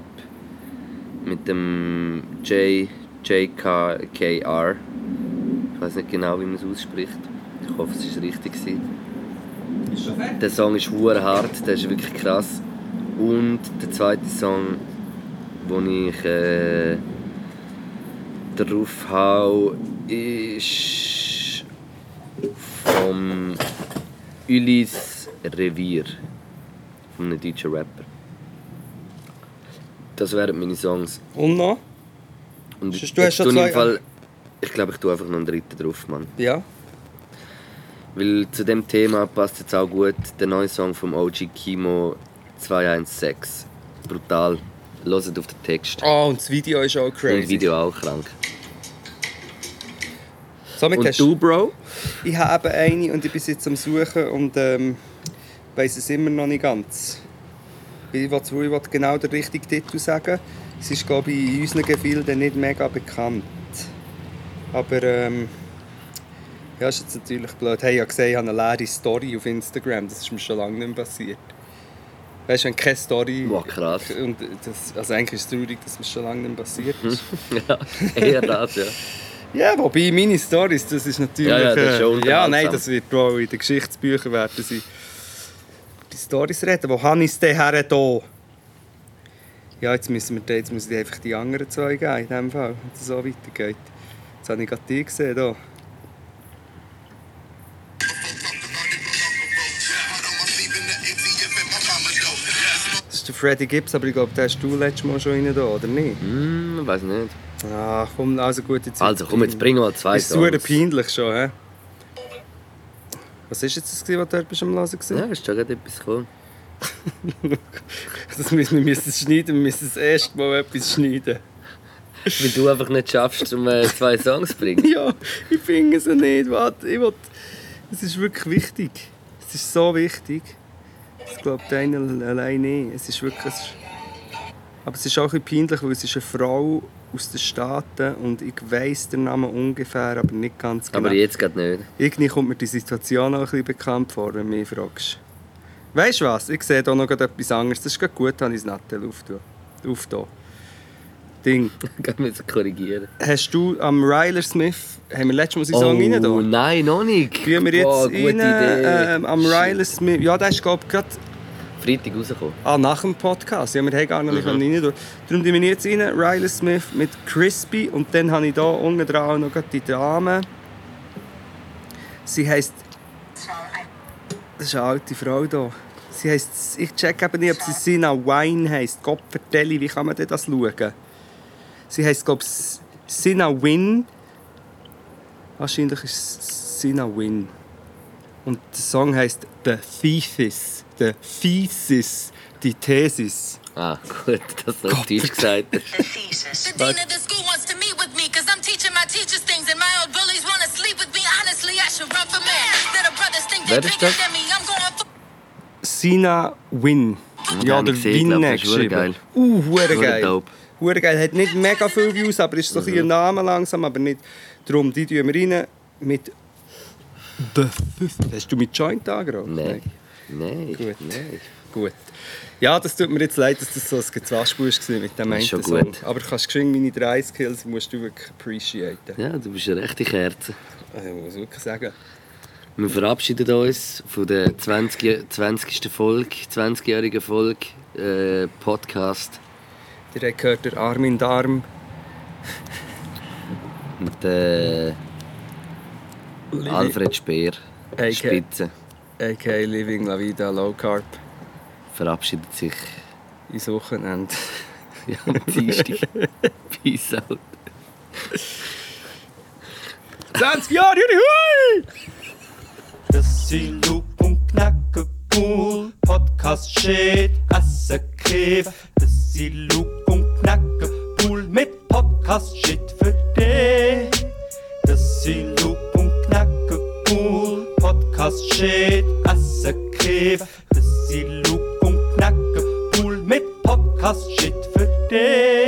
Speaker 5: mit dem J, JKKR. Ich weiß nicht genau, wie man es ausspricht. Ich hoffe, es war richtig. Gewesen.
Speaker 4: Ist schon fertig?
Speaker 5: Der Song ist hure hart, der ist wirklich krass. Und der zweite Song, wo ich äh, drauf hau, ist vom Ulis Revier, von einem deutschen Rapper. Das wären meine Songs.
Speaker 4: Und noch?
Speaker 5: Und
Speaker 4: Sonst,
Speaker 5: ich-
Speaker 4: du hast
Speaker 5: jetzt
Speaker 4: schon
Speaker 5: tue
Speaker 4: zwei-
Speaker 5: ich im Fall, ich glaube, ich tue einfach noch einen dritten drauf, Mann.
Speaker 4: Ja.
Speaker 5: Weil zu dem Thema passt jetzt auch gut der neue Song vom OG Kimo 216. Brutal. Loset auf den Text.
Speaker 4: Ah, und das Video ist auch
Speaker 5: Und
Speaker 4: crazy.
Speaker 5: das Video auch krank.
Speaker 4: Somit
Speaker 5: Und
Speaker 4: hast
Speaker 5: du, Bro?
Speaker 4: Ich habe eben eine und ich bin jetzt am Suchen und ähm, weiß es immer noch nicht ganz. Ich will, ich will genau den richtigen Titel sagen. Es ist, glaube ich, in unseren Gefilden nicht mega bekannt. Aber ähm, ja, ist jetzt natürlich blöd. Hey, ich habe gesehen, ich habe eine leere Story auf Instagram. Das ist mir schon lange nicht mehr passiert. Weißt du, wenn keine Story.
Speaker 5: Boah, krass.
Speaker 4: Und das, also eigentlich ist es traurig, dass mir schon lange nicht mehr passiert ist.
Speaker 5: Eher das, ja.
Speaker 4: Ja, wobei meine Stories, das ist natürlich.
Speaker 5: Ja, ja, das ist schon
Speaker 4: äh, ja
Speaker 5: unterhaltsam.
Speaker 4: nein, das wird wohl in den Geschichtsbüchern werden sie die Stories reden. Wo habe ich es denn her da? Ja, jetzt müssen wir, die- jetzt muss ich einfach die anderen zwei geben, in dem Fall, wenn es so weitergeht. Jetzt habe ich gerade die gesehen da. Das ist der Freddy Gibbs, aber ich glaube, den hast du letztes Mal schon rein da, oder nicht?
Speaker 5: Hm, weiß nicht.
Speaker 4: Ah, komm, also gut, jetzt...
Speaker 5: Also komm, jetzt bring mal zwei
Speaker 4: Ist super
Speaker 5: Songs.
Speaker 4: peinlich schon, hä? Was ist jetzt das, gewesen, was du dort bist am Lesen gesehen?
Speaker 5: Ja, ist schon gerade etwas gekommen.
Speaker 4: Das müssen wir müssen es schneiden, wir müssen das erste Mal etwas schneiden.
Speaker 5: Weil du einfach nicht schaffst, um äh, zwei Songs zu bringen.
Speaker 4: Ja, ich finde es nicht. Warte, ich will. Es ist wirklich wichtig. Es ist so wichtig. Es glaubt einer allein nicht. Es ist wirklich. Es ist aber es ist auch ein bisschen peinlich, weil es ist eine Frau aus den Staaten und ich weiss den Namen ungefähr, aber nicht ganz genau.
Speaker 5: Aber jetzt gerade nicht.
Speaker 4: Irgendwie kommt mir die Situation auch ein bisschen bekannt vor, wenn du mich fragst. Weißt du was? Ich sehe hier noch gerade etwas anderes. Das ist gerade gut, habe ich das Nattel aufgetan. Aufgetan. Ding.
Speaker 5: Gehen wir jetzt korrigieren.
Speaker 4: Hast du am Ryler Smith, haben wir letztes Mal seinen Song rein?
Speaker 5: oh,
Speaker 4: da?
Speaker 5: nein, noch nicht.
Speaker 4: Gehen wir jetzt
Speaker 5: Boah, gute
Speaker 4: rein,
Speaker 5: Idee.
Speaker 4: Ähm, am Ryler Smith. Ja, das ist, glaube ich, gerade
Speaker 5: Freitag rausgekommen.
Speaker 4: ah, nach dem Podcast. Ja, wir haben gar noch nicht mhm. rein. da. Darum gehen wir jetzt rein. Ryler Smith mit Crispy. Und dann habe ich hier unten dran auch noch gerade die Dame. Sie heisst Das ist eine alte Frau hier. Sie heisst, ich check eben nicht, ob sie Sina Wine heisst. Gott vertelle, wie kann man denn das schauen? Sie heisst, glaube ich, Sina Win. Wahrscheinlich ist es Sina Win. Und der Song heisst The Thesis. The Thesis. Die Thesis.
Speaker 5: Ah, gut, dass du auf Deutsch gesagt hast.
Speaker 6: The dean of the school wants to meet with me, cause I'm teaching my teachers things, and my old bullies wanna sleep with me. Honestly, I should run for mayor. That the brothers think they're
Speaker 5: Wer ist
Speaker 6: bigger
Speaker 5: das?
Speaker 6: than me. I'm going for
Speaker 4: S- Sina Win. Ja,
Speaker 5: hab
Speaker 4: oder
Speaker 5: ich gesehen, glaub,
Speaker 4: Winne
Speaker 5: das ist hure
Speaker 4: geschrieben.
Speaker 5: geil.
Speaker 4: Uh, hure
Speaker 5: Hure
Speaker 4: geil.
Speaker 5: dope.
Speaker 4: Hure geil. Hat nicht mega viele Views, aber ist so ein bisschen ein Name langsam, aber nicht. Darum, die tun wir rein mit... The Fifth. Hast du mit Joint angerannt?
Speaker 5: Nein. Nein.
Speaker 4: Gut.
Speaker 5: Nein.
Speaker 4: Gut. Ja, das tut mir jetzt leid, dass das so ein Gezwaschbuch war mit dem einen
Speaker 5: ist schon
Speaker 4: Song.
Speaker 5: gut.
Speaker 4: Aber du kannst geschwind meine drei Skills musst du wirklich appreciaten.
Speaker 5: Ja, du bist eine rechte Kerze.
Speaker 4: Also, ich muss wirklich sagen.
Speaker 5: Wir verabschieden uns von der 20. 20. Folge, 20-jährigen Folge äh, Podcast
Speaker 4: Ihr habt gehört, der Arm in den Arm.
Speaker 5: mit äh, Alfred Speer.
Speaker 4: AK.
Speaker 5: Spitze.
Speaker 4: A.k.a. Living La Vida Low Carb.
Speaker 5: Verabschiedet sich
Speaker 4: Ins Wochenende.
Speaker 5: ja, am Dienstag. Peace out.
Speaker 4: 20 Jahre, juhu!
Speaker 3: Bissi Loop und Knackepool, Podcast Shit, Asse Kiff. Bissi Loop und Knackepool mit Podcast Shit für dich. Bissi Loop und Knackepool, Podcast Shit, Asse Kiff. Bissi Loop und Knackepool mit Podcast Shit für dich.